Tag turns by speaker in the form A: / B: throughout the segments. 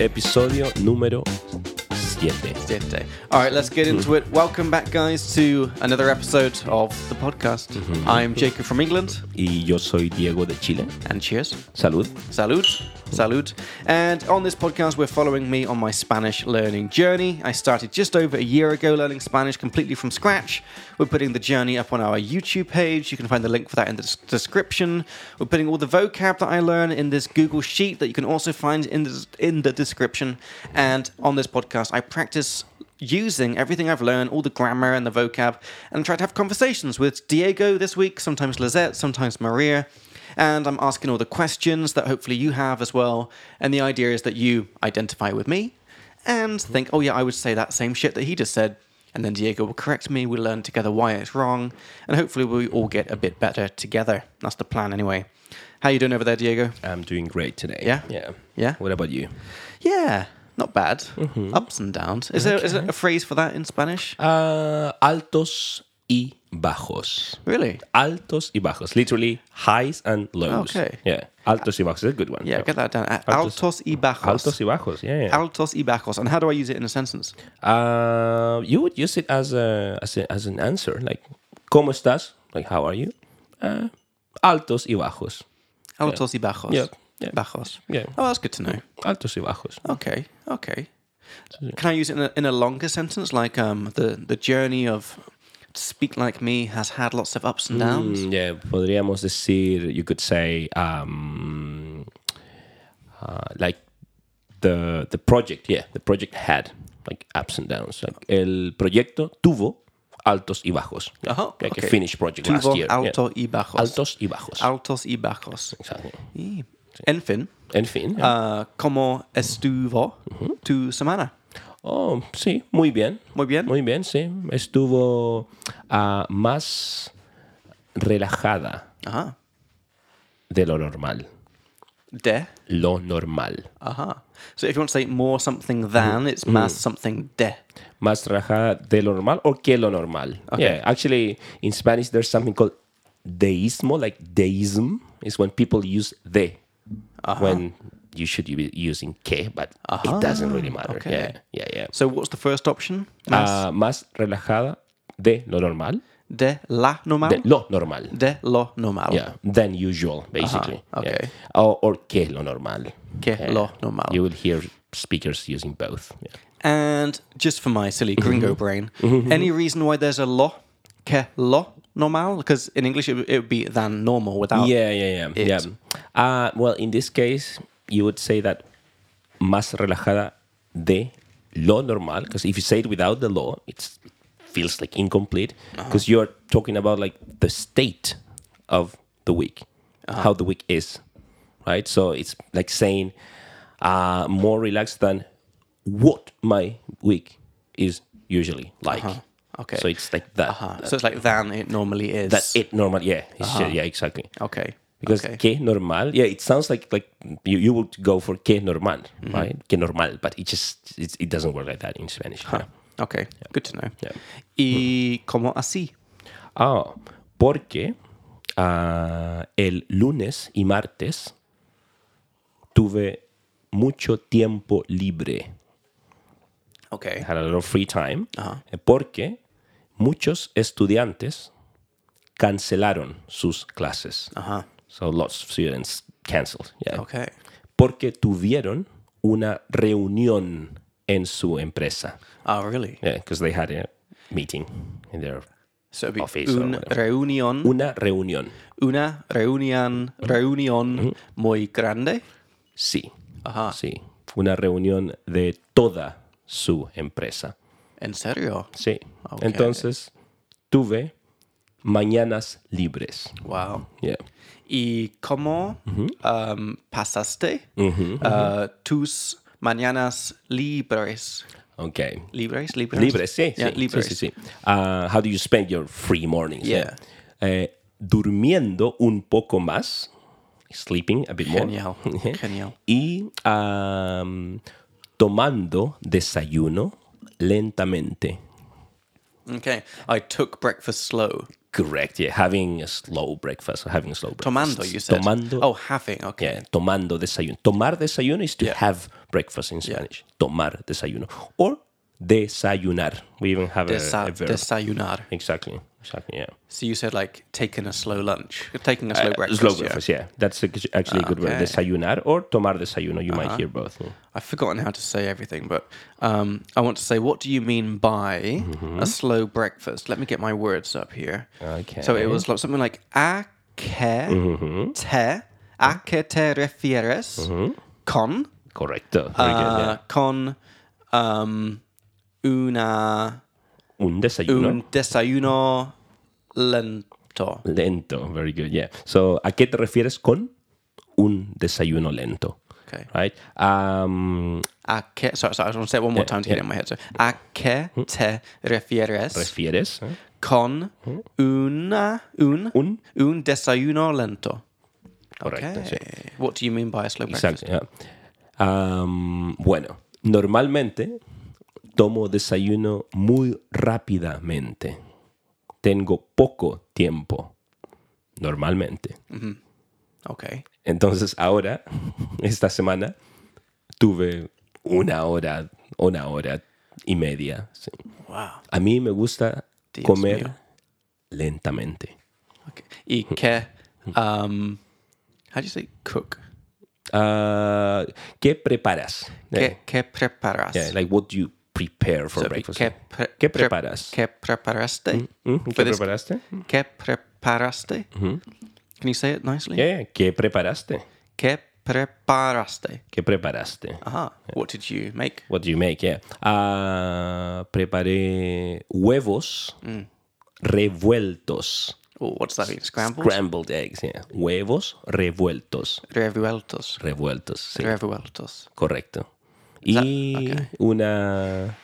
A: episodio número 7.
B: Siete. All right, let's get into it. Welcome back, guys, to another episode of the podcast. I'm Jacob from England,
A: Y yo soy Diego de Chile.
B: and cheers.
A: Salud.
B: Salud. Salud. And on this podcast, we're following me on my Spanish learning journey. I started just over a year ago learning Spanish completely from scratch. We're putting the journey up on our YouTube page. You can find the link for that in the des- description. We're putting all the vocab that I learn in this Google Sheet that you can also find in the, in the description. And on this podcast, I practice using everything I've learned, all the grammar and the vocab, and try to have conversations with Diego this week, sometimes Lizette, sometimes Maria. And I'm asking all the questions that hopefully you have as well. And the idea is that you identify with me and think, oh, yeah, I would say that same shit that he just said. And then Diego will correct me. We'll learn together why it's wrong. And hopefully we all get a bit better together. That's the plan, anyway. How you doing over there, Diego?
A: I'm doing great today.
B: Yeah?
A: Yeah.
B: Yeah?
A: What about you?
B: Yeah, not bad.
A: Mm-hmm.
B: Ups and downs. Is, there, is there a phrase for that in Spanish?
A: Ah, altos y bajos.
B: Really?
A: Altos y bajos. Literally highs and lows.
B: Okay.
A: Yeah. Altos y bajos. That's a good one.
B: Yeah, get that down. A-
A: Altos-
B: Altos y bajos.
A: Altos y bajos. Yeah. yeah.
B: Altos y bajos. And how do I use it in a sentence?
A: Uh, you would use it as a as, a, as an answer, like "¿Cómo estás?" Like "How are you?" Uh, altos y bajos.
B: Altos y bajos.
A: Yeah, yeah.
B: Bajos.
A: Yeah,
B: Oh, that's good to know.
A: altos y bajos.
B: Okay, okay. Can I use it in a, in a longer sentence? Like um, the, the journey of Speak Like Me has had lots of ups and downs.
A: Mm, yeah, podríamos decir, you could say, um, uh, like the the project. Yeah, the project had like ups and downs. Like el proyecto tuvo altos y bajos. Yeah,
B: Uh-huh,
A: Like
B: okay.
A: a finished project last
B: Tuvo
A: year. yeah.
B: alto y bajos. Ah.
A: Altos y bajos.
B: Altos y bajos.
A: Exactly.
B: Y- En fin,
A: En fin. yeah.
B: uh, ¿cómo estuvo
A: Mm-hmm.
B: tu semana?
A: Oh, sí, muy bien.
B: Muy bien.
A: Muy bien, sí. Estuvo ah, más relajada
B: Ajá.
A: de lo normal.
B: De.
A: Lo normal.
B: Aha. So if you want to say more
A: Mm-hmm.
B: something than, it's más something de.
A: Más relajada de lo normal o que lo normal. Yeah, actually, in Spanish, there's something called deísmo, like deism is when people use de. When you should be using que, but it doesn't really matter.
B: okay.
A: Yeah, yeah, yeah.
B: So what's the first option? Más
A: Ah, más relajada de lo normal.
B: de la normal.
A: De lo normal.
B: De lo normal.
A: yeah, than usual, basically.
B: okay.
A: Yeah. Or, or que lo normal.
B: Que
A: Yeah.
B: lo normal.
A: You will hear speakers using both. Yeah.
B: And just for my silly gringo
A: Mm-hmm.
B: brain, any reason why there's a lo que lo normal? Because in English it would, it would be than normal without.
A: yeah, yeah, yeah.
B: It.
A: yeah. Uh, well, in this case, you would say that más relajada de lo normal, because if you say it without the law, it's, it feels like incomplete,
B: Uh-huh.
A: because you're talking about like the state of the week,
B: Uh-huh.
A: how the week is, right? So it's like saying uh, more relaxed than what my week is usually like.
B: Uh-huh. Okay.
A: So it's like that.
B: Ah, so it's like than it normally is.
A: That it normal, yeah, it's-
B: Uh-huh.
A: yeah, exactly.
B: Okay.
A: Because
B: okay.
A: que normal, yeah, it sounds like like you, you would go for que normal,
B: Mm-hmm.
A: right? Que normal, but it just it, it doesn't work like that in Spanish. yeah.
B: Okay. Good to know.
A: Yeah. Mm-hmm.
B: Y como así.
A: Ah, porque ah, el lunes y martes tuve mucho tiempo libre.
B: Okay.
A: I had a lot of free time.
B: Uh-huh.
A: Eh, Porque muchos estudiantes cancelaron sus clases.
B: Ajá.
A: So lots of students canceled. Yeah.
B: Ah. Uh-huh. Okay.
A: porque tuvieron una reunión en su empresa.
B: Oh, really?
A: Yeah, because they had a meeting in their
B: So it'd be
A: Office or
B: un
A: whatever. Mm-hmm.
B: reunión.
A: una reunión.
B: una reunión,
A: Mm-hmm.
B: reunión muy grande.
A: Sí. Sí. Una reunión de toda su empresa.
B: En serio.
A: Sí.
B: Ah, Ok.
A: Entonces tuve mañanas libres.
B: Wow.
A: Yeah.
B: ¿Y cómo
A: Mhm.
B: um, pasaste uh, tus mañanas libres?
A: Okay.
B: ¿Libres? ¿Libres?
A: Libres, sí.
B: Yeah,
A: sí,
B: libres.
A: Sí, sí, sí. Ah, how do you spend your free mornings?
B: Yeah.
A: Eh, durmiendo un poco más, sleeping a bit more.
B: Genial, genial.
A: Y am, tomando desayuno lentamente.
B: Okay. I took breakfast slow.
A: Correct. Yeah, having a slow breakfast or having a slow breakfast.
B: Tomando, you said.
A: Tomando.
B: Oh, having. Okay.
A: Yeah, tomando desayuno. Tomar desayuno is to
B: Yeah.
A: have breakfast in Spanish. Tomar desayuno or desayunar. We even have a-
B: Desa-
A: a, verb.
B: desayunar.
A: exactly. Exactly. Yeah.
B: So you said like taking a slow lunch, taking a slow
A: Uh,
B: breakfast.
A: Slow
B: yeah.
A: breakfast, yeah. That's a, actually a good word.
B: Okay. Uh-huh.
A: Desayunar or tomar desayuno. You might hear both. yeah.
B: I've forgotten how to say everything, but um, I want to say, what do you mean by a slow breakfast? Let me get my words up here.
A: Mm-hmm. Okay.
B: So it was like, something like a que te, a que te refieres con,
A: Correcto. Very good, Mm-hmm. yeah.
B: uh, con um, una
A: Un desayuno.
B: un desayuno lento.
A: Lento, very good, yeah. So, ¿a qué te refieres con un desayuno lento?
B: Okay.
A: Right? Um,
B: A que, sorry, sorry, I just want to say it one more time to get it in my head. So, a que te refieres
A: refieres eh,
B: con una un
A: un.
B: Un desayuno lento.
A: Correcto, sí.
B: Okay. What do you mean by a slow breakfast?
A: Exacto. yeah. Um, bueno, normalmente tomo desayuno muy rápidamente. Tengo poco tiempo. Normalmente.
B: Okay.
A: Entonces ahora, esta semana, tuve una hora, una hora y media. sí.
B: Wow.
A: A mí me gusta
B: Dios
A: comer
B: mío.
A: lentamente.
B: Okay. Y
A: Hmm.
B: que, um, how do you say cook?
A: Ah, ¿Qué preparas? Eh,
B: Que, que preparas?
A: Yeah, like what do you prepare for
B: So,
A: breakfast?
B: que pre-
A: ¿Qué
B: pre-
A: preparas?
B: Que preparaste?
A: Mm, ¿Qué
B: for this-
A: preparaste?
B: Que preparaste? Can you say it nicely?
A: Mm-hmm. Yeah, ¿Qué preparaste?
B: Que preparaste?
A: ¿Qué preparaste?
B: Aha. What did you make?
A: What do you make? Yeah. Ah, preparé huevos
B: Mm.
A: revueltos.
B: Or what does that mean? Scrambled?
A: Scrambled eggs, yeah. Huevos revueltos.
B: Revueltos.
A: Revueltos, sí.
B: Revueltos.
A: Correcto. Y una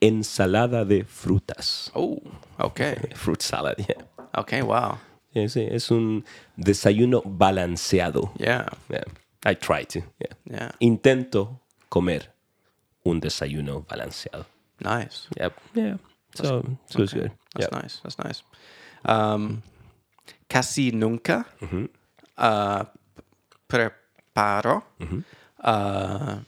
A: ensalada de frutas.
B: Oh, okay.
A: Fruit salad, yeah.
B: Okay, wow.
A: Yeah, sí, es un desayuno balanceado.
B: Yeah.
A: Yeah. I try to. yeah.
B: Yeah.
A: Intento comer un desayuno balanceado.
B: Nice.
A: Yep. Yeah. So, so it's good.
B: That's
A: Yeah.
B: nice. That's nice. Um, casi nunca uh, p- preparo uh,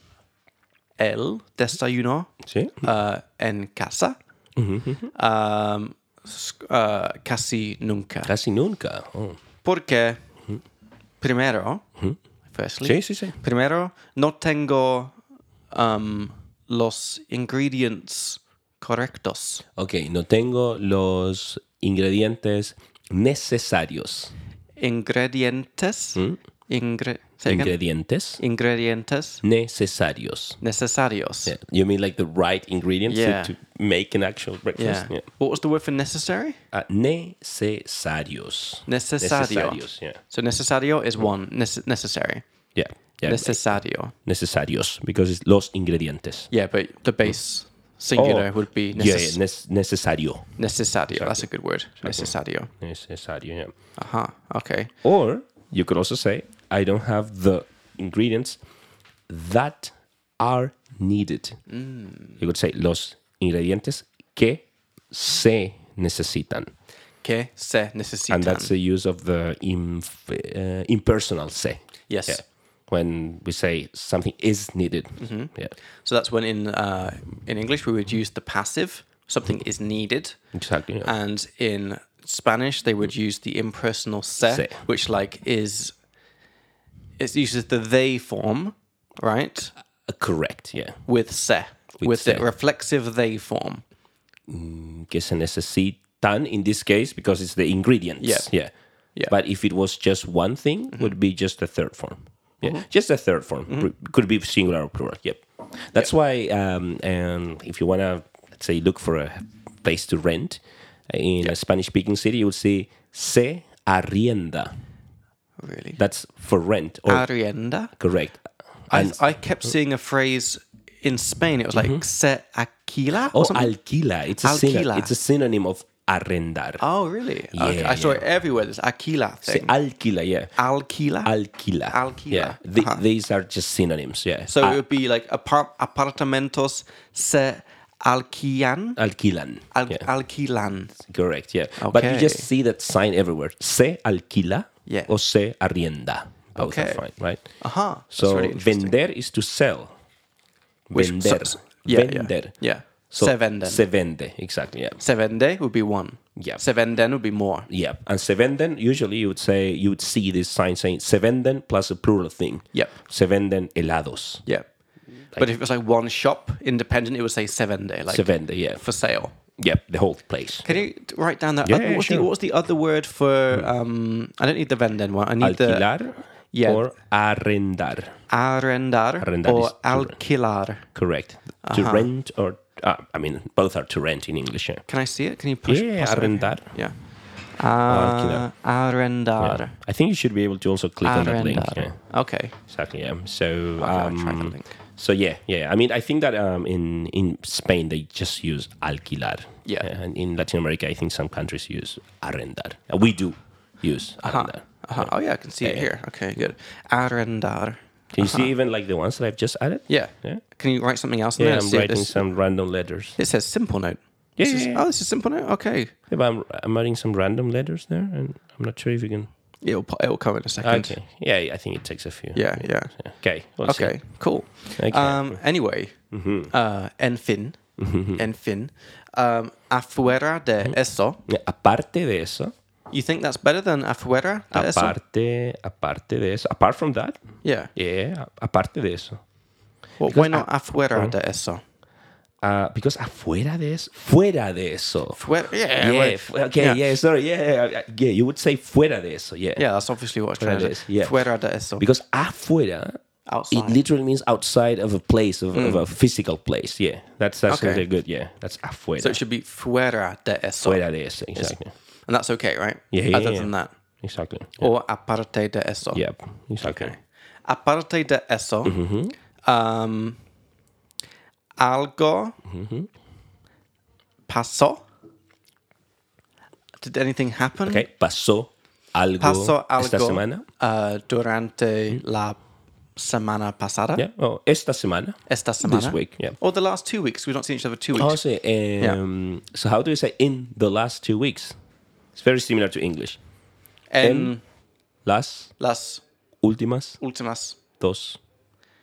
B: el desayuno
A: Sí.
B: uh, en casa. Um, s- uh, casi nunca.
A: Casi nunca. Oh.
B: Porque primero, firstly,
A: Sí, sí, sí.
B: primero no tengo um, los ingredients correctos.
A: Ok, no tengo los ingredientes necesarios.
B: ingredientes.
A: Mm.
B: Ingre- say again?
A: Ingredientes
B: ingredientes
A: necesarios.
B: necesarios.
A: Yeah. You mean like the right ingredients to-
B: Yeah.
A: to, make an actual breakfast?
B: Yeah. What was the word for necessary?
A: Ah, necesarios.
B: Necesario.
A: Necesarios, yeah.
B: So necesario is one. Nece- necessary.
A: Yeah. yeah.
B: Necesario.
A: necesarios, because it's los ingredientes.
B: Yeah, but the base singular would be
A: Oh. Yeah,
B: necess-
A: yeah, nes- necesario.
B: necesario. That's a good word. Necesario.
A: Necesario, yeah.
B: Aha. Okay.
A: Or you could also say, I don't have the ingredients that are needed.
B: Mm.
A: You could say los ingredientes que se necesitan.
B: Que se
A: And
B: necesitan.
A: that's the use of the inf- uh, impersonal se.
B: Yes.
A: Yeah. When we say something is needed.
B: Mm-hmm.
A: Yeah.
B: So that's when in uh, in English we would use the passive. Something is needed.
A: Exactly. yeah. Uh,
B: and in Spanish they would use the impersonal se,
A: Se.
B: which like is it uses the they form, right?
A: Uh, correct. Yeah.
B: With se, with, the
A: se.
B: reflexive they form.
A: que se necesitan in this case because it's the ingredients.
B: Yeah.
A: Yeah.
B: Yeah. Mm-hmm.
A: But if it was just one thing, would be just the third form. Yeah. Just the third form. Pr- Could be singular or plural. Yep. That's why um, and if you want to let's say look for a place to rent uh, in a Spanish speaking city, you would say se arrienda.
B: Really,
A: That's for rent or
B: arrienda.
A: correct.
B: I, I
A: Oh.
B: kept seeing a phrase in Spain. It was like se aquila.
A: Mm-hmm. Oh,
B: Or something.
A: alquila. It's a, synonym,
B: Alquila.
A: it's a synonym of arrendar.
B: oh, really? okay.
A: Yeah,
B: I saw
A: yeah.
B: it everywhere. This aquila
A: Se
B: thing.
A: alquila, yeah.
B: Alquila.
A: Alquila.
B: Alquila.
A: Yeah. The-
B: Ajá.
A: These are just synonyms. Yeah.
B: so
A: Ah,
B: it would be like apart- apartamentos se alquilan.
A: Alquilan.
B: Al-
A: yeah.
B: Alquilan.
A: Correct, yeah. But you just
B: Okay.
A: see that sign everywhere. Se alquila
B: Yeah.
A: or se arrienda. Both
B: Okay.
A: are fine, right?
B: Aha. That's
A: So
B: really interesting.
A: vender is to sell.
B: Which- so-
A: vender.
B: so- yeah, yeah.
A: vender.
B: Yeah.
A: So
B: Se venden.
A: Se vende, exactly, yeah.
B: Se vende would be one.
A: Yeah.
B: Se venden would be more.
A: Yeah, and se venden, usually you would say, you would see this sign saying se venden plus a plural thing.
B: Yep.
A: Se venden helados.
B: Yeah. but if it was like one shop independent, it would say se vende, like
A: se vende, yeah.
B: for sale.
A: Yep, the whole place.
B: Can you t- write down that?
A: Yeah,
B: other-
A: yeah,
B: what's, the,
A: sure.
B: what's the other word for? Um, I don't need the venden one. I need
A: Alquilar
B: yeah.
A: or arrendar.
B: the arrendar,
A: Arrendar
B: or
A: is to rent.
B: alquilar.
A: Correct. To rent or uh, I mean, both are to rent in English. Yeah,
B: Can I see it? Can you push?
A: yeah
B: pass it over here?
A: arrendar.
B: Yeah.
A: Alquilar.
B: Uh, arrendar.
A: Yeah. I think you should be able to also click on that link.
B: Arrendar.
A: Yeah,
B: Okay.
A: exactly. Yeah. So,
B: I'll try the
A: um,
B: link.
A: so yeah, yeah. I mean, I think that um, in in Spain they just use alquilar. Uh,
B: Yeah.
A: and in Latin America, I think some countries use arrendar. Uh, We do use
B: Huh.
A: arrendar.
B: Uh-huh. Oh yeah, I can see it
A: Yeah.
B: here. Okay, good. Arrendar.
A: Can you see even like the ones that I've just added?
B: Uh-huh. Yeah.
A: Yeah.
B: Can you write something else? in
A: Yeah,
B: there?
A: I'm
B: See if
A: writing
B: this-
A: some random letters.
B: It says simple note.
A: Yeah,
B: This
A: yeah,
B: is-
A: yeah.
B: Oh, this is simple note. Okay.
A: Yeah, but I'm, I'm writing some random letters there, and I'm not sure if you can.
B: It'll po- it'll come in a second.
A: Okay. Yeah, I think it takes a few.
B: Yeah, yeah.
A: Okay. we'll see. Mm-hmm.
B: Okay. Cool.
A: Okay.
B: Um. Anyway. Uh. Enfin.
A: Mm-hmm.
B: Enfin. Um. Afuera de eso.
A: Yeah, Aparte de eso,
B: You think that's better than afuera de eso?
A: aparte, aparte de eso, apart from that,
B: Yeah.
A: yeah, a- aparte de eso.
B: Well, why not afuera de eso?
A: Uh, because afuera de eso, fuera de eso.
B: Fuera. Yeah.
A: Yeah,
B: wait.
A: fu- okay, yeah. sorry, yeah, yeah, yeah, you would say fuera de eso, yeah.
B: Yeah, that's obviously what I was
A: Fuera
B: trying to
A: de
B: say.
A: eso, yeah.
B: Fuera de eso.
A: Because afuera,
B: Outside. Mm.
A: it literally means outside of a place, of, of a physical place, yeah. That's, that's
B: Okay.
A: really good, yeah. That's afuera,
B: So it should be fuera de eso.
A: fuera de eso, exactly.
B: And that's okay, right?
A: Yeah, yeah,
B: Other
A: yeah.
B: than that.
A: Exactly.
B: Or aparte de eso.
A: Yeah, Mm-hmm. exactly.
B: Aparte de eso, um, algo
A: Mm-hmm.
B: pasó. Did anything happen?
A: Okay, pasó algo
B: Pasó algo
A: esta semana. Mm-hmm.
B: uh, durante la semana pasada.
A: Yeah. Oh, esta semana.
B: Esta semana.
A: week, yeah.
B: Or the last two weeks. We've not seen each other two weeks.
A: Oh, sí. Um, So how do you say in the last two weeks? It's very similar to English.
B: en
A: Las
B: las
A: últimas
B: últimas.
A: dos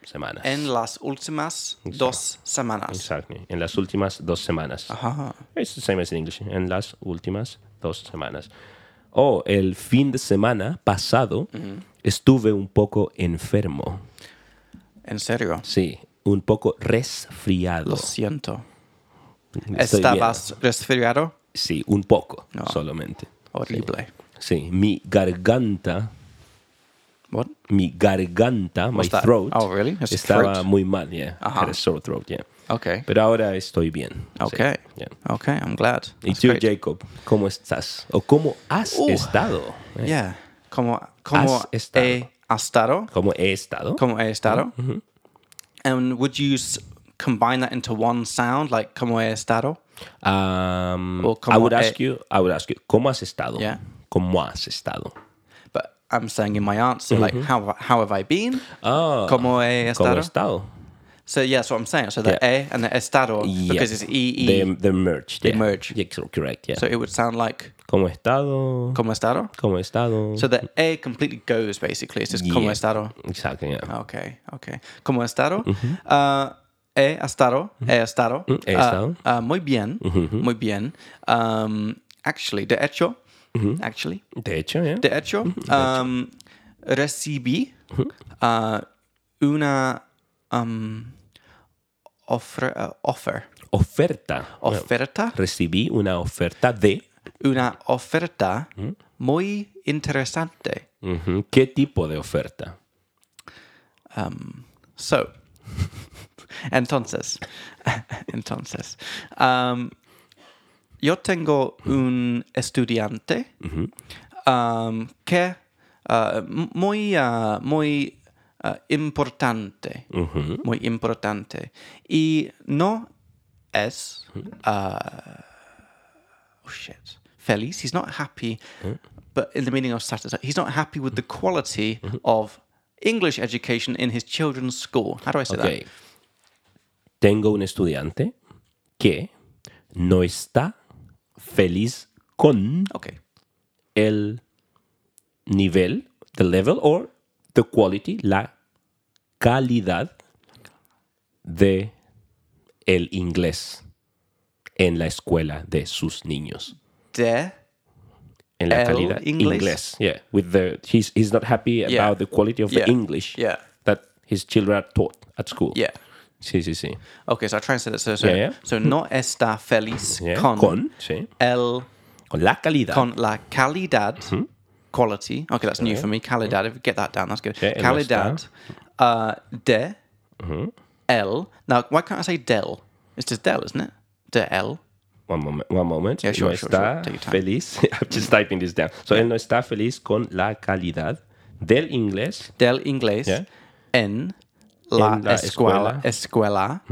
A: semanas.
B: En las últimas dos semanas. Ah,
A: Exactly. En las últimas dos semanas.
B: Ajá.
A: It's the same as in English. En las últimas dos semanas. Oh, el fin de semana pasado estuve un poco enfermo.
B: En serio.
A: Sí, un poco resfriado.
B: Lo siento.
A: Estoy bien.
B: ¿Estabas resfriado?
A: Sí, un poco
B: No.
A: solamente.
B: Horrible.
A: Sí, mi garganta,
B: What?
A: mi garganta, my
B: that?
A: throat,
B: Oh, really? It's
A: estaba
B: throat.
A: muy mal, yeah.
B: Ajá.
A: Had a sore throat, yeah.
B: Okay.
A: Pero ahora estoy bien. sí,
B: Okay.
A: yeah.
B: Okay, I'm glad.
A: Y
B: That's
A: tú,
B: great.
A: Jacob, ¿cómo estás? ¿O cómo has
B: Uh.
A: estado? eh?
B: Yeah. Como, como
A: Has estado. Mm-hmm,
B: he estado.
A: ¿Cómo he estado?
B: Como he estado. And would you s- combine that into one sound, like como he estado?
A: Um,
B: Or
A: I
B: cómo
A: would
B: he-
A: ask you, I would ask you, ¿cómo has estado?
B: Yeah.
A: ¿Cómo has estado?
B: But I'm saying in my answer, like,
A: Mm-hmm.
B: how, how have I been?
A: Oh,
B: como he
A: ¿cómo
B: estado?
A: has estado?
B: so, yeah, that's what I'm saying. So, the
A: Yeah.
B: e and the estado, because
A: Yeah.
B: it's e, e.
A: They, they're merged.
B: They
A: yeah.
B: merge.
A: Yeah, so- correct, yeah.
B: so, it would sound like
A: ¿Cómo he estado?
B: como estado.
A: ¿Cómo he estado?
B: So, the e completely goes, basically. It's just como
A: Yeah.
B: estado.
A: Exactly,
B: Ah.
A: yeah.
B: Okay, okay. ¿Cómo ha estado?
A: Mm-hmm.
B: Ah, he estado, he estado.
A: he
B: ah,
A: Mm-hmm. E estado. Mm-hmm.
B: ah, muy bien, muy bien. Um, actually, de hecho,
A: Mm-hmm.
B: actually,
A: De hecho, yeah.
B: de hecho,
A: Mm-hmm.
B: um, recibí ah, una um, ofre- ah, offer,
A: oferta.
B: oferta,
A: Recibí una oferta de.
B: una oferta muy interesante.
A: Ujú. ¿Qué tipo de oferta?
B: So, entonces, entonces, um, yo tengo un estudiante um, que uh, m- muy, uh, muy uh, importante, muy importante, y no es uh, oh shit, feliz. He's not happy, but in the meaning of satisfied, he's not happy with the quality of English education in his children's school. How do I say that?
A: Ok. Tengo un estudiante que no está feliz con
B: Okay.
A: el nivel, the level or the quality, la calidad de el inglés en la escuela de sus niños.
B: De
A: En la
B: El
A: calidad
B: inglés.
A: Yeah, with the he's he's not happy about
B: Yeah.
A: the quality of
B: Yeah.
A: the English
B: Yeah.
A: that his children are taught at school.
B: Yeah.
A: Sí, sí, sí.
B: Okay, so I translate it. So, so,
A: Yeah, yeah. Hmm.
B: so no está feliz
A: Yeah.
B: con,
A: con, sí.
B: el
A: Con la calidad.
B: con la calidad
A: Hmm.
B: quality. Okay, that's new for me. Calidad. If we get that down, that's good.
A: Yeah, el no
B: calidad uh, de
A: Hmm.
B: el. Now, why can't I say del? It's just del, isn't it? De el.
A: One moment, one moment.
B: Yeah, sure,
A: no
B: sure,
A: está
B: sure. Take your time.
A: feliz. I'm just typing this down. So él no está feliz con la calidad del inglés
B: Del inglés
A: Yeah.
B: en la,
A: En la Hmm.
B: escuela, escuela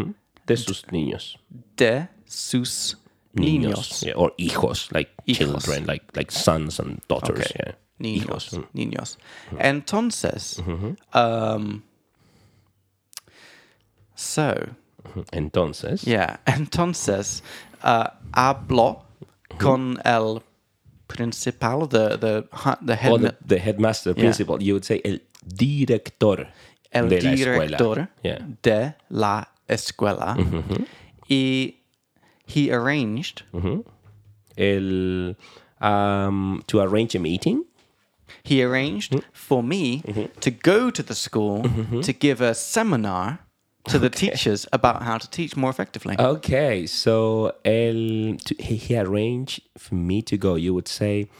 A: de sus niños.
B: de sus niños.
A: Yeah, or hijos, like
B: Hijos.
A: children, like like sons and daughters.
B: Okay.
A: Yeah.
B: Niños.
A: Mm-hmm.
B: Niños. Entonces, um, so,
A: Entonces,
B: yeah, entonces, uh, hablo
A: Mm-hmm.
B: con el principal, the, the, ha- the head,
A: or Oh, the, the headmaster, principal, you would say el director
B: el
A: de
B: director
A: la escuela. Yeah. Mm-hmm.
B: de la escuela. Y he arranged,
A: El um, to arrange a meeting.
B: he arranged
A: Mm-hmm.
B: for me to go to the school to give a seminar to the teachers about how to teach more effectively.
A: Okay, so él, to- he, he arranged for me to go. You would say,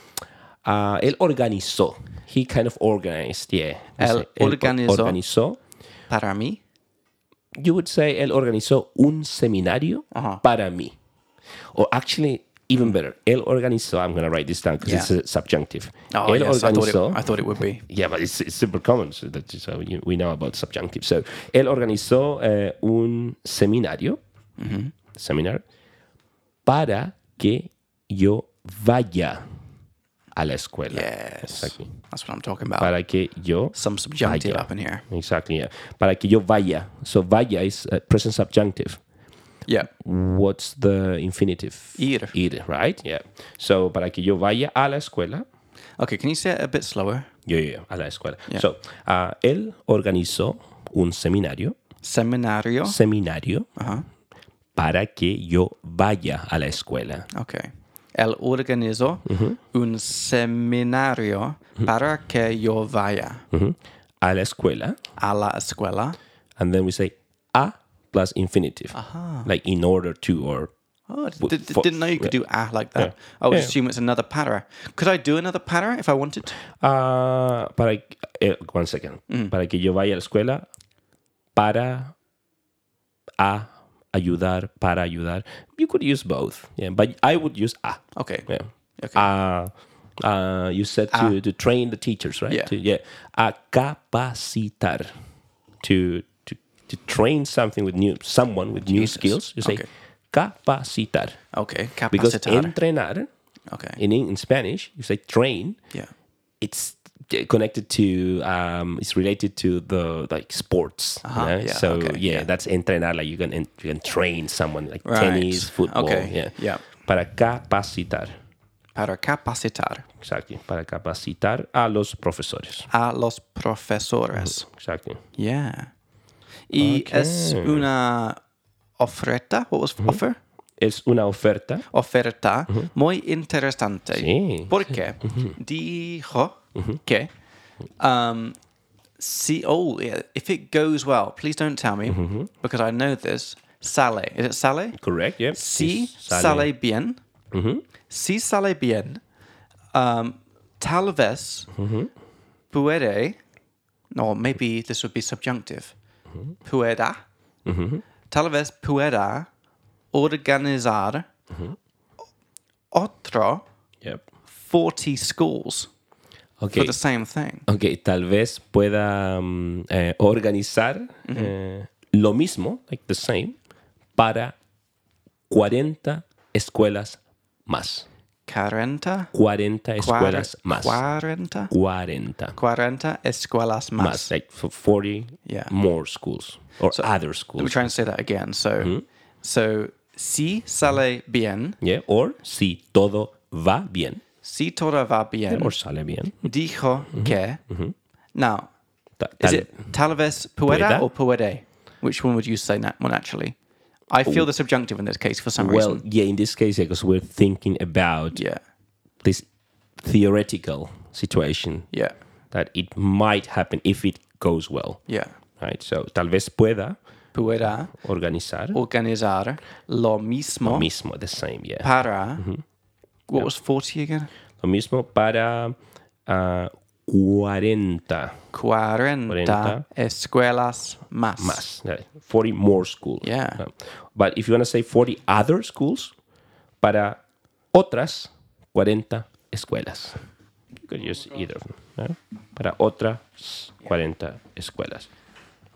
A: uh, él organizó. He kind of organized, yeah. You
B: Él
A: say, "Él or-
B: organizó."
A: organizó.
B: Para mí,
A: You would say, él organizó un seminario
B: Ajá.
A: para mí. Or actually, even better, él organizó. I'm going to write this down because it's
B: Yeah.
A: a subjunctive.
B: Oh,
A: él
B: yes, I thought, it,
A: organizó.
B: I thought it would be.
A: Yeah, but it's, it's super common. So that is how you, we know about subjunctive. So, él organizó eh, un seminario, seminar, para que yo vaya a la escuela.
B: Yes.
A: Exactly.
B: That's what I'm talking about.
A: Para que yo.
B: Some subjunctive
A: vaya.
B: up in here.
A: Exactly, yeah. Para que yo vaya. So, vaya is uh, present subjunctive.
B: Yeah.
A: What's the infinitive?
B: Ir.
A: Ir, right? Yeah. So, para que yo vaya a la escuela.
B: Okay, can you say it a bit slower?
A: Yeah, yeah, yeah, a la escuela. So, ah, él organizó un seminario,
B: Seminario.
A: seminario para que yo vaya a la escuela.
B: Okay. El organizó
A: Mm-hmm.
B: un seminario para que yo vaya
A: Ujú. A la escuela.
B: a la escuela.
A: And then we say a plus infinitive. Like in order to or...
B: Oh, d-
A: With
B: d-
A: fo-
B: didn't know you could do ah like that. I would
A: Yeah.
B: assume it's another para. Could I do another para if I wanted?
A: Ah, para... eh, one second. Para que yo vaya a la escuela para... A ayudar, para ayudar. You could use both. Yeah, but I would use a.
B: Okay.
A: Yeah.
B: Okay. Ah.
A: Uh, uh, you said to, to train the teachers, right?
B: Yeah.
A: To, yeah. A capacitar. To, to, to train something with new, someone with new skills. You say
B: Okay.
A: capacitar.
B: Okay.
A: Because
B: Capacitar.
A: entrenar
B: Okay.
A: in, in Spanish, you say train.
B: Yeah.
A: It's connected to, um, it's related to the like sports. you know?
B: Uh-huh. yeah,
A: so
B: okay,
A: yeah,
B: yeah.
A: that's entrenar. Like you can, you can train someone like
B: Right.
A: tennis, football.
B: Okay,
A: Yeah.
B: yeah.
A: Para capacitar.
B: Para capacitar
A: Exacto. Para capacitar a los profesores.
B: a los profesores.
A: Exacto.
B: Yeah. Y es una oferta, what was offer?
A: Es una oferta.
B: Oferta muy interesante.
A: Sí.
B: Porque dijo que um, see, oh, yeah, if it goes well, please don't tell me because I know this. Sale. Is it sale?
A: Correct, yeah.
B: Si
A: Es-
B: sale, bien.
A: Mm-hmm.
B: Si sale bien, um, tal vez
A: Mm-hmm.
B: puede, or maybe this would be subjunctive,
A: Mm-hmm.
B: pueda, tal vez pueda organizar
A: Mm-hmm.
B: otro
A: Yep.
B: 40 schools
A: Okay.
B: for the same thing.
A: ok, tal vez pueda mm, eh, organizar eh, lo mismo, like the same, para 40 escuelas más.
B: 40,
A: 40
B: cuar-
A: escuelas más.
B: 40,
A: 40
B: 40 escuelas más.
A: más. Like for 40
B: Yeah.
A: more schools or other
B: Let me
A: schools. Mm-hmm.
B: try and say that again. So, so si sale bien,
A: Yeah. Or si todo va bien.
B: si todo va bien,
A: Or sale bien.
B: dijo que. Now,
A: Ta- Mm-hmm.
B: is
A: tal-
B: it tal vez pueda,
A: Pueda?
B: or puede? Which one would you say na- more naturally? I feel the subjunctive in this case for some
A: Well,
B: reason.
A: yeah, in this case, because we're thinking about
B: Yeah,
A: this theoretical situation
B: yeah,
A: that it might happen if it goes well,
B: yeah.
A: right? So, tal vez pueda
B: Pueda
A: organizar
B: organizar lo mismo
A: lo Mm-hmm. mismo, the same, yeah.
B: para. What was 40 again?
A: Lo mismo para ah, 40
B: 40,
A: 40.
B: escuelas más.
A: más, yeah, 40 eh, more schools.
B: Yeah.
A: Um, But if you want to say 40 other schools, para otras 40 escuelas. You could use either of them. yeah? Para otras 40 escuelas.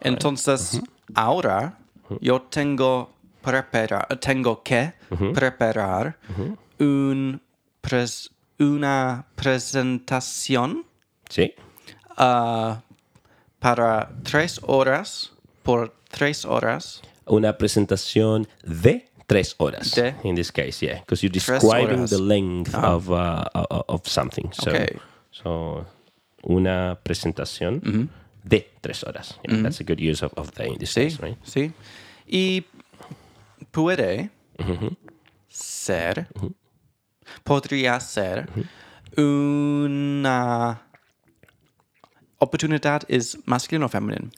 B: Entonces, ahora yo tengo, preparar, tengo que preparar un pres- una presentación
A: ¿Sí?
B: ah, para tres horas por tres horas.
A: Una presentación de tres horas.
B: De.
A: In this case, yeah. Because you're describing
B: horas. Ah.
A: the length of, uh, o- o- of something. So,
B: Okay.
A: so una presentación de tres horas. Yeah, That's a good use of, of the in this
B: Mm-hmm. Sí,
A: case, right?
B: sí. Y puede ser, podría ser una oportunidad is masculine or feminine.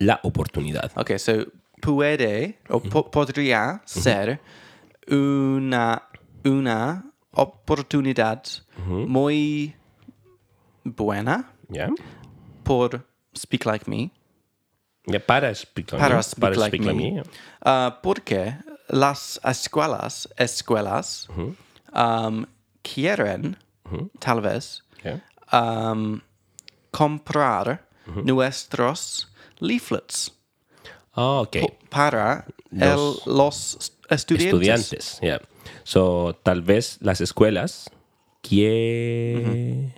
A: La oportunidad.
B: Okay, so puede o po- podría ser una una oportunidad muy buena
A: Yeah.
B: por speak like me.
A: Yeah, para speak like
B: Para
A: me.
B: Speak Like Me.
A: yeah.
B: Ah, porque las escuelas, escuelas um, quieren, tal vez,
A: Yeah.
B: um, comprar nuestros leaflets
A: Ah, okay.
B: para el-
A: Los
B: los estudiantes.
A: Estudiantes. Yeah. So, tal vez las escuelas quieran.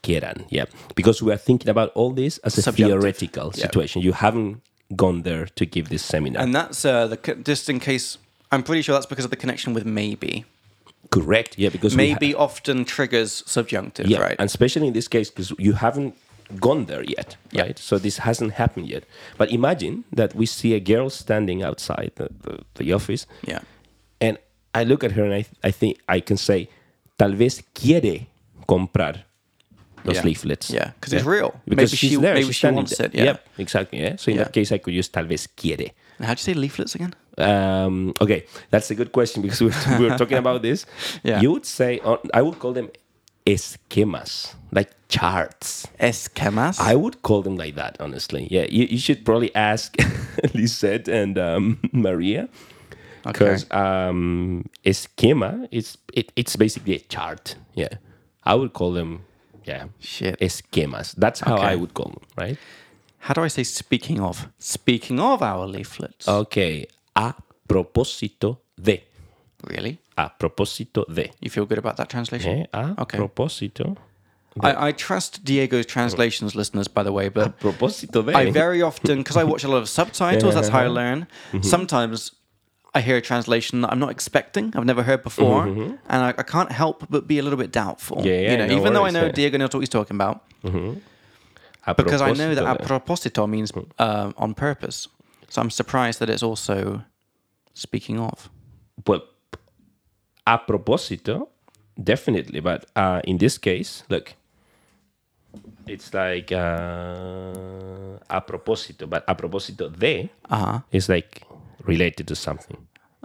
A: Quieran. Yeah. Because we are thinking about all this as a
B: Subjunctive.
A: theoretical
B: Yeah.
A: situation. You haven't gone there to give this seminar.
B: And that's uh, the, co- just in case, I'm pretty sure that's because of the connection with maybe.
A: Correct. Yeah. Because we ha-
B: Maybe often triggers subjunctive,
A: Yeah,
B: right?
A: and especially in this case because you haven't gone there yet,
B: Yeah.
A: right? So this hasn't happened yet. But imagine that we see a girl standing outside the, the, the office,
B: yeah.
A: and I look at her and I, I think I can say, tal vez quiere comprar those
B: Yeah.
A: leaflets.
B: Yeah, 'cause it's real.
A: Because
B: Maybe
A: she's
B: she-
A: there.
B: maybe
A: she's
B: she
A: standing
B: wants
A: there.
B: it, yeah.
A: Yep, exactly. Yeah. So in
B: Yeah.
A: that case, I could use tal vez quiere.
B: And how do you say leaflets again?
A: Um, okay, that's a good question because we were, we were talking about this.
B: Yeah.
A: You would say, uh, I would call them esquemas, like charts.
B: Esquemas.
A: I would call them like that, honestly. Yeah, you, you should probably ask Lisette and um, Maria. Because um, esquema, it's, it, it's basically a chart. Yeah. I would call them, yeah.
B: Shit.
A: Esquemas. That's how
B: Okay.
A: I would call them, right?
B: How do I say speaking of? Speaking of our leaflets.
A: Oh. Okay. A propósito de.
B: really?
A: A propósito de.
B: You feel good about that translation?
A: Eh, A
B: Okay.
A: propósito.
B: I, I trust Diego's translations, listeners, by the way, but
A: Propósito de.
B: I very often, because I watch a lot of subtitles, that's how I learn.
A: Mm-hmm.
B: Sometimes I hear a translation that I'm not expecting, I've never heard before, and I, I can't help but be a little bit doubtful.
A: Mm-hmm, Yeah, yeah,
B: you know,
A: no
B: even though I
A: worries,
B: know
A: yeah.
B: Diego knows what he's talking about,
A: A
B: because I
A: propósito
B: know that a
A: de.
B: proposito means
A: Hmm.
B: uh, on purpose. So I'm surprised that it's also speaking of.
A: well, a propósito, definitely. But uh, in this case, look, it's like uh, a propósito, but a propósito de
B: Uh-huh.
A: is like related to something,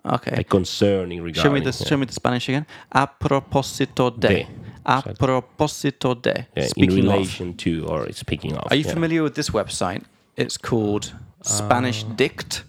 B: Okay.
A: like concerning regarding.
B: Show me the
A: yeah.
B: show me the Spanish again. A propósito de.
A: De.
B: A propósito de.
A: Yeah,
B: Speaking
A: in
B: of,
A: relation to or speaking of.
B: are you
A: yeah. Uh,
B: familiar with this website? It's called Spanish Dict,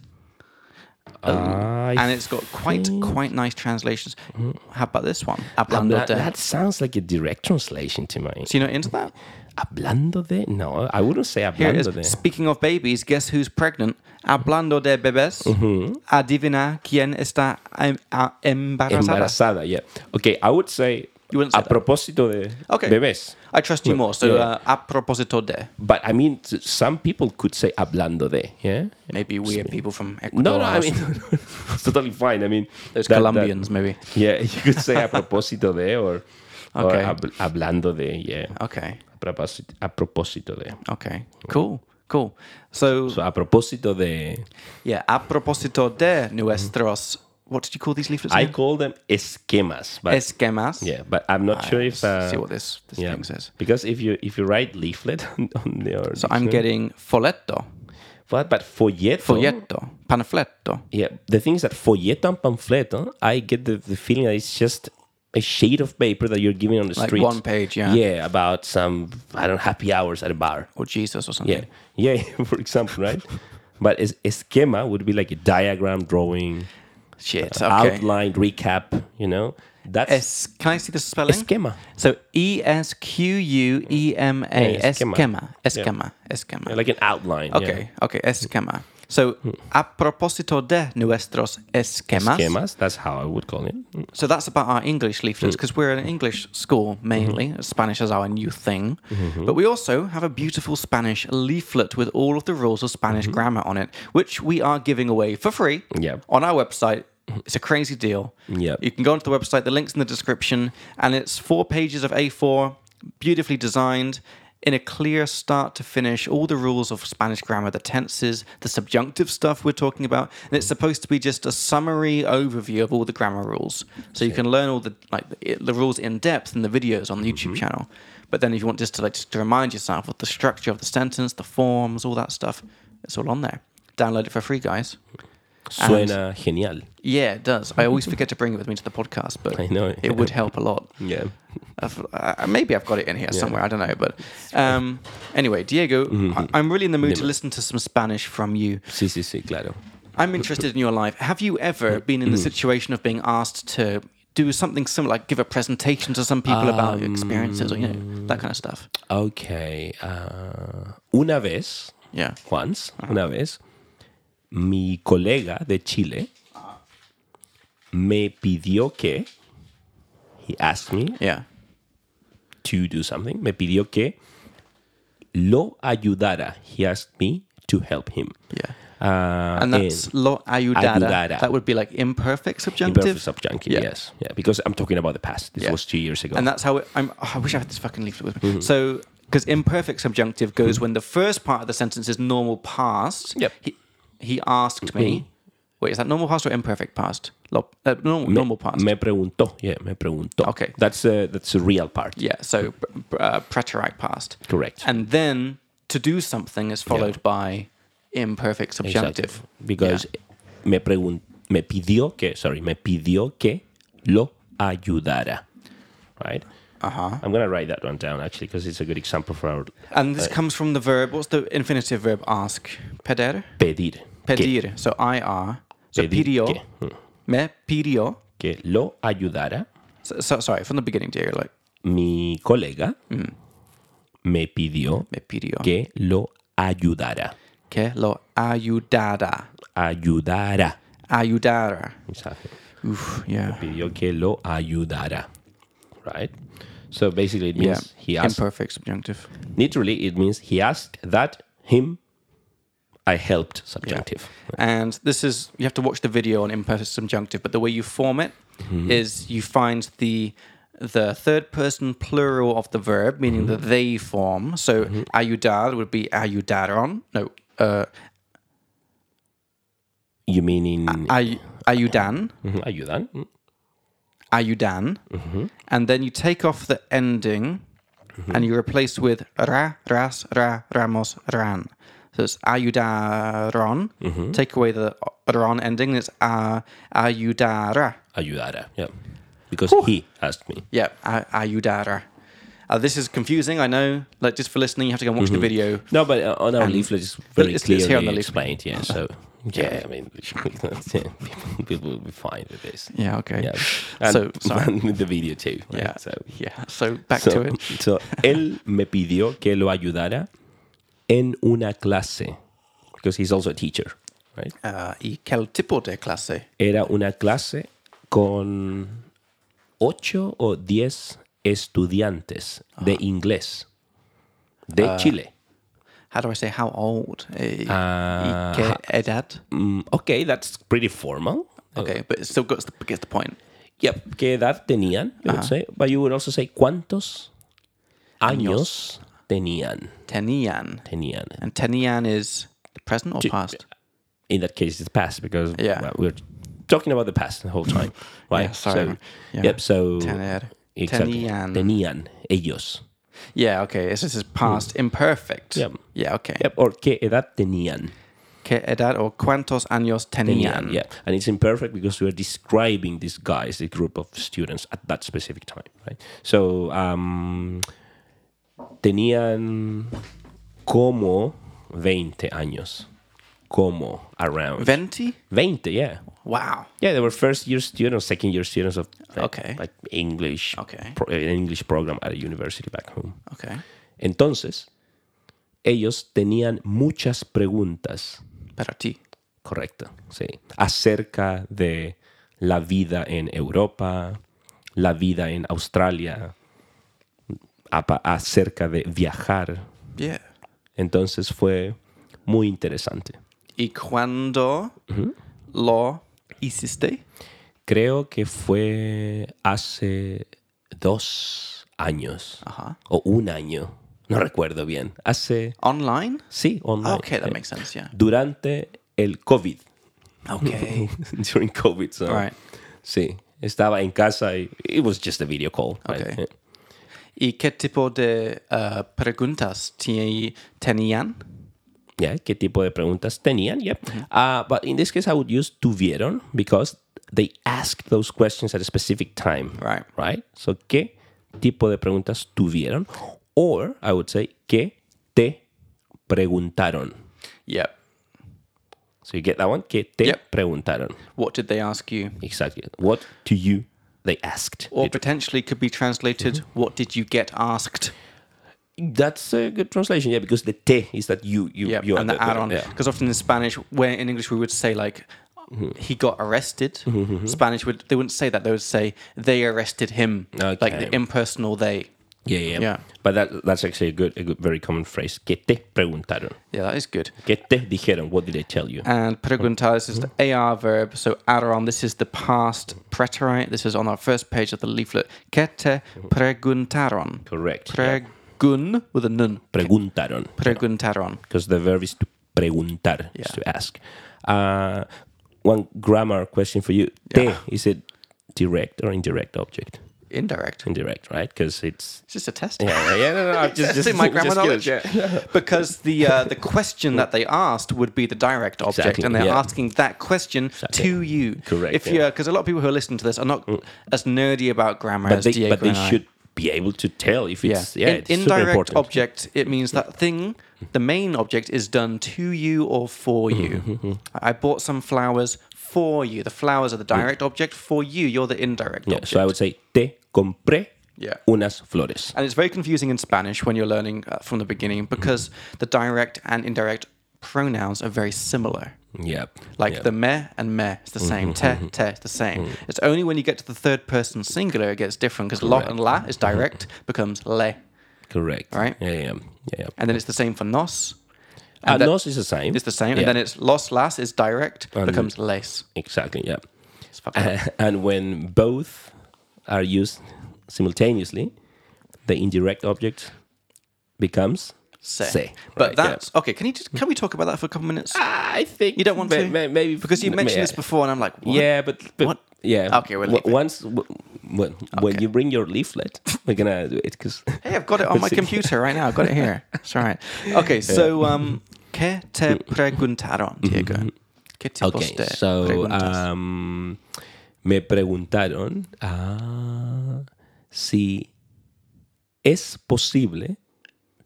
A: I
B: and it's got quite quite nice translations.
A: Mm-hmm.
B: How about this one? Hablando
A: that,
B: de.
A: that sounds like a direct translation to my.
B: so you're not into that?
A: Hablando de? No, I wouldn't say
B: Here it
A: hablando
B: is.
A: de.
B: Speaking of babies, guess who's pregnant? Hablando de bebés.
A: Mm-hmm.
B: Adivina quién está em- a- embarazada.
A: Embarazada, yeah. Okay, I would say
B: You wouldn't say
A: a
B: that.
A: propósito de
B: Okay.
A: bebés.
B: I trust you more. So,
A: yeah.
B: uh, a propósito de.
A: But I mean, s- some people could say hablando de, yeah?
B: Maybe weird people from Ecuador.
A: No, no, I
B: or
A: mean, it's totally fine. I mean,
B: those
A: that- that-
B: Colombians, maybe.
A: yeah, you could say a propósito de or, or
B: Okay.
A: hab- hablando de, yeah.
B: Okay.
A: A propósito, a propósito de.
B: Okay.
A: Mm.
B: Cool. Cool. So,
A: So, a propósito de.
B: yeah, a propósito de nuestros. What did you call these leaflets?
A: I
B: again?
A: call them esquemas. But,
B: Esquemas.
A: yeah, but I'm not sure if. Uh,
B: see what this, this
A: yeah,
B: thing says.
A: because if you if you write leaflet on, on your
B: So I'm getting folletto,
A: but but folleto,
B: folletto, panfletto.
A: yeah the thing is that folleto and pamphleto I get the, the feeling that it's just a sheet of paper that you're giving on the
B: Like
A: street
B: one page, yeah.
A: yeah about some I don't know, happy hours at a bar
B: Or Jesus or something.
A: yeah yeah for example right but es- esquema would be like a diagram drawing Uh,
B: Shit. Okay.
A: outline recap you know that's
B: Es, can I see the spelling?
A: esquema
B: So E S Q U E M A
A: Yeah, esquema.
B: esquema esquema esquema.
A: like an outline yeah.
B: Okay, okay, esquema. So a propósito de nuestros esquemas.
A: esquemas that's how I would call it
B: So that's about our English leaflets because we're an English school mainly. Spanish is our new thing. But we also have a beautiful Spanish leaflet with all of the rules of Spanish grammar on it, which we are giving away for free
A: Yep.
B: on our website. It's a crazy deal.
A: Yep.
B: You can go onto the website, the link's in the description, and it's four pages of A4, beautifully designed. In a clear start to finish, all the rules of Spanish grammar, the tenses, the subjunctive stuff we're talking about, and it's supposed to be just a summary overview of all the grammar rules. So you can learn all the like the, the rules in depth in the videos on the YouTube channel. But then if you want just to like just to remind yourself of the structure of the sentence, the forms, all that stuff, it's all on there. Download it for free, guys.
A: suena genial
B: Yeah, it does. I always forget to bring it with me to the podcast, but
A: I know.
B: it would help a lot.
A: yeah
B: I've, uh, maybe I've got it in here somewhere. I don't know, but um, anyway, Diego,
A: Mm-hmm.
B: I, I'm really in the mood to listen to some Spanish from you.
A: sí sí sí claro
B: I'm interested in your life. Have you
A: Mm-hmm.
B: ever been in the situation of being asked to do something similar, like give a presentation to some people about your experiences or you
A: Um,
B: know that kind of stuff?
A: Okay. ah, una vez,
B: Yeah.
A: once, una vez, mi colega de Chile me pidió que, he asked me
B: Yeah.
A: to do something, me pidió que lo ayudara. He asked me to help him.
B: Yeah.
A: Ah,
B: And that's
A: en
B: lo ayudada.
A: ayudara.
B: That would be like imperfect subjunctive.
A: imperfect subjunctive,
B: Yeah.
A: yes. Yeah, because I'm talking about the past. This
B: Yeah.
A: was two years ago.
B: And that's how it, I'm, oh, I wish I had this fucking leaflet with
A: Mm-hmm.
B: me. So, because imperfect subjunctive goes when the first part of the sentence is normal past.
A: Yep.
B: He, he asked me.
A: Me.
B: Wait, is that normal past or imperfect past? Lo- uh, normal,
A: me,
B: normal past.
A: me preguntó. Yeah, me preguntó.
B: Okay.
A: That's, uh, that's the real part.
B: Yeah, so uh, preterite past.
A: Correct.
B: And then to do something is followed by imperfect
A: Exacto.
B: subjunctive.
A: Because me pregun- me pidió que, sorry, me pidió que lo ayudara. Right?
B: Uh-huh.
A: I'm going to write that one down actually because it's a good example for our
B: And this comes from the verb, what's the infinitive verb ask? Peder?
A: pedir.
B: Pedir. So IR. So
A: Pedir
B: pidió.
A: que. Mm.
B: Me pidió.
A: Que, que lo ayudara.
B: So, so, sorry, from the beginning, Diego. Like,
A: Mi colega
B: Mm.
A: me pidió
B: me pidió
A: que
B: que,
A: lo ayudara.
B: lo ayudara.
A: Ayudara.
B: Ayudara.
A: Exactly.
B: Oof, yeah.
A: Pidió que lo ayudara. Right? So basically it
B: Yeah.
A: means he asked
B: Imperfect subjunctive.
A: Literally, it means he asked that him I helped subjunctive.
B: And this is, you have to watch the video on imperfect subjunctive, but the way you form it is you find the the third person plural of the verb, meaning the they form. So ayudar would be ayudaron. No, uh,
A: You mean in
B: ay, ayudan.
A: Mhm, ayudan? Mm,
B: ayudan,
A: Mm-hmm.
B: and then you take off the ending and you replace with ra, ras, ra, ramos, ran. So it's ayudaron.
A: Mm-hmm.
B: Take away the ron ending, it's a, ayudara.
A: Ayudara. Yeah. Because he asked me.
B: Yeah, a, ayudara. Uh, this is confusing, I know. Like, just for listening, you have to go and watch
A: Mm-hmm.
B: the video.
A: No, but uh, on our leaflet it's very
B: it's-
A: clearly
B: it's here on the
A: explained. Yeah. So yeah, I mean, people, people will be fine with this.
B: Yeah, okay.
A: Yeah. And,
B: so, sorry.
A: and with the video too. right?
B: Yeah,
A: So
B: yeah. So back
A: so,
B: to it.
A: so él me pidió que lo ayudara en una clase because he's also a teacher, right?
B: Uh, ¿Y qué tipo de clase?
A: era una clase con 8 o 10 estudiantes
B: Ah.
A: de inglés de Chile.
B: How do I say how old? Eh,
A: Uh,
B: ¿qué edad?
A: Mm, ok, that's pretty formal.
B: Okay, but it still gets the, gets the point.
A: Yep. ¿Qué edad tenían? You would say. But you would also say cuántos años tenían.
B: Tenían.
A: Tenían.
B: And tenían is the present or past?
A: In that case, it's past because
B: Yeah.
A: well, we're talking about the past the whole time, right?
B: Yeah, sorry.
A: So,
B: Yeah.
A: Yep. So
B: Tener.
A: exactly.
B: Tenían.
A: Tenían ellos.
B: Yeah, okay. It's just it's past imperfect.
A: Hmm. Yep.
B: Yeah, okay.
A: Yep. Or qué edad tenían.
B: ¿Qué edad o cuántos años tenían?
A: Yeah. And it's imperfect because we're describing these guys, the group of students at that specific time, right? So, um, tenían como 20 años. Como around.
B: 20?
A: 20, yeah.
B: Wow.
A: Yeah, they were first year students, second year students of like,
B: Okay.
A: like English,
B: Okay.
A: pro- an English program at a university back home.
B: Okay.
A: Entonces, ellos tenían muchas preguntas
B: Pero ti.
A: Correcto, sí. Acerca de la vida en Europa, la vida en Australia, apa- acerca de viajar.
B: Yeah.
A: Entonces fue muy interesante.
B: ¿Y cuándo
A: Mm-hmm.
B: lo hiciste?
A: Creo que fue hace dos años
B: Ajá.
A: o un año, no recuerdo bien. Hace,
B: Online?
A: sí, online.
B: Okay, that
A: sí.
B: makes sense. Yeah.
A: Durante el COVID.
B: Okay.
A: during COVID. So.
B: Right.
A: Sí, estaba en casa y it was just a video call. right? Eh,
B: Okay. ¿Y qué tipo de eh, preguntas ti- tenían?
A: Yeah, ¿qué tipo de preguntas tenían? Yep. Uh, but in this case, I would use tuvieron because they asked those questions at a specific time.
B: Right.
A: Right? So, ¿qué tipo de preguntas tuvieron? Or I would say, ¿qué te preguntaron?
B: Yep.
A: So you get that one? ¿Qué te
B: Yep.
A: preguntaron?
B: What did they ask you?
A: Exactly. What to you they asked?
B: Or potentially could be translated, what did you get asked?
A: That's a good translation, yeah, because the te is that you, you,
B: Yeah, Mm-hmm.
A: you are
B: and the add-on.
A: yeah.
B: Because often in Spanish, where in English we would say like he got arrested, Spanish would they wouldn't say that. They would say they arrested him, like the
A: Okay.
B: impersonal they.
A: Yeah, yeah,
B: Yeah.
A: But that, that's actually a good, a good, very common phrase. ¿Qué te preguntaron?
B: Yeah, that is good.
A: ¿Qué te dijeron? What did they tell you?
B: And preguntar is just the AR verb. So add-on. This is the past preterite. This is on our first page of the leaflet. Que te preguntaron?
A: Correct. yeah.
B: Pregun with a nun.
A: Preguntaron.
B: Preguntaron.
A: Because the verb is to preguntar, is
B: Yeah.
A: to ask. Uh, one grammar question for you. Te, is it direct or indirect object?
B: Indirect.
A: Indirect, right? Because it's.
B: It's just a test.
A: Yeah, yeah, yeah, no, no, I'm just,
B: Just
A: just
B: in my grammar
A: just
B: knowledge.
A: curious, yeah.
B: because the uh, the question that they asked would be the direct object,
A: Exactly,
B: and they're
A: yeah.
B: asking that question to you.
A: Correct,
B: If
A: yeah. Mm.
B: you're, because a lot of people who are listening to this are not as nerdy about grammar
A: But
B: as
A: they,
B: Diego
A: but they
B: and I.
A: should be able to tell if
B: Yeah.
A: it's. Yeah,
B: In-
A: it's super
B: indirect
A: important.
B: object. It means that thing, the main object, is done to you or for
A: Mm-hmm.
B: you. I I bought some flowers for you. The flowers are the direct object. For you, you're the indirect
A: Mm. Yeah,
B: object.
A: so I would say, te compré
B: Yeah.
A: unas flores.
B: And it's very confusing in Spanish when you're learning uh, from the beginning because the direct and indirect pronouns are very similar.
A: Yeah.
B: Like
A: yeah. Mm-hmm.
B: the me and me is the same. Te, te is the same. It's only when you get to the third person singular it gets different because lo
A: Correct. Mm-hmm.
B: and la is direct, becomes le.
A: Correct.
B: Right?
A: Yeah, yeah, yeah. yeah.
B: And then it's the same for nos.
A: Uh,
B: that-
A: nos is the same.
B: It's the same.
A: Yeah,
B: And then it's los, las is direct, becomes les.
A: exactly. Yeah.
B: It's fucked up.
A: Uh, and when both are used simultaneously, the indirect object becomes
B: Se.
A: se.
B: But
A: right, yeah.
B: that's okay. Can you just, can we talk about that for a couple minutes?
A: Ah, I think
B: You don't want
A: may-
B: to?
A: may- maybe
B: because you
A: may-
B: mentioned
A: Mm, yeah.
B: this before, and I'm like, what?
A: Yeah, but, but
B: What?
A: yeah.
B: Okay, we'll
A: W-
B: leave it.
A: once w- when, when you bring your leaflet, we're gonna do it because
B: Hey, I've got it on my computer right now. I've got it here. It's all right. Okay, so um, ¿qué te preguntaron, Diego? ¿Qué tipos
A: Mm-hmm. Okay,
B: de
A: so uh,
B: preguntas?
A: um, me preguntaron ah, si es posible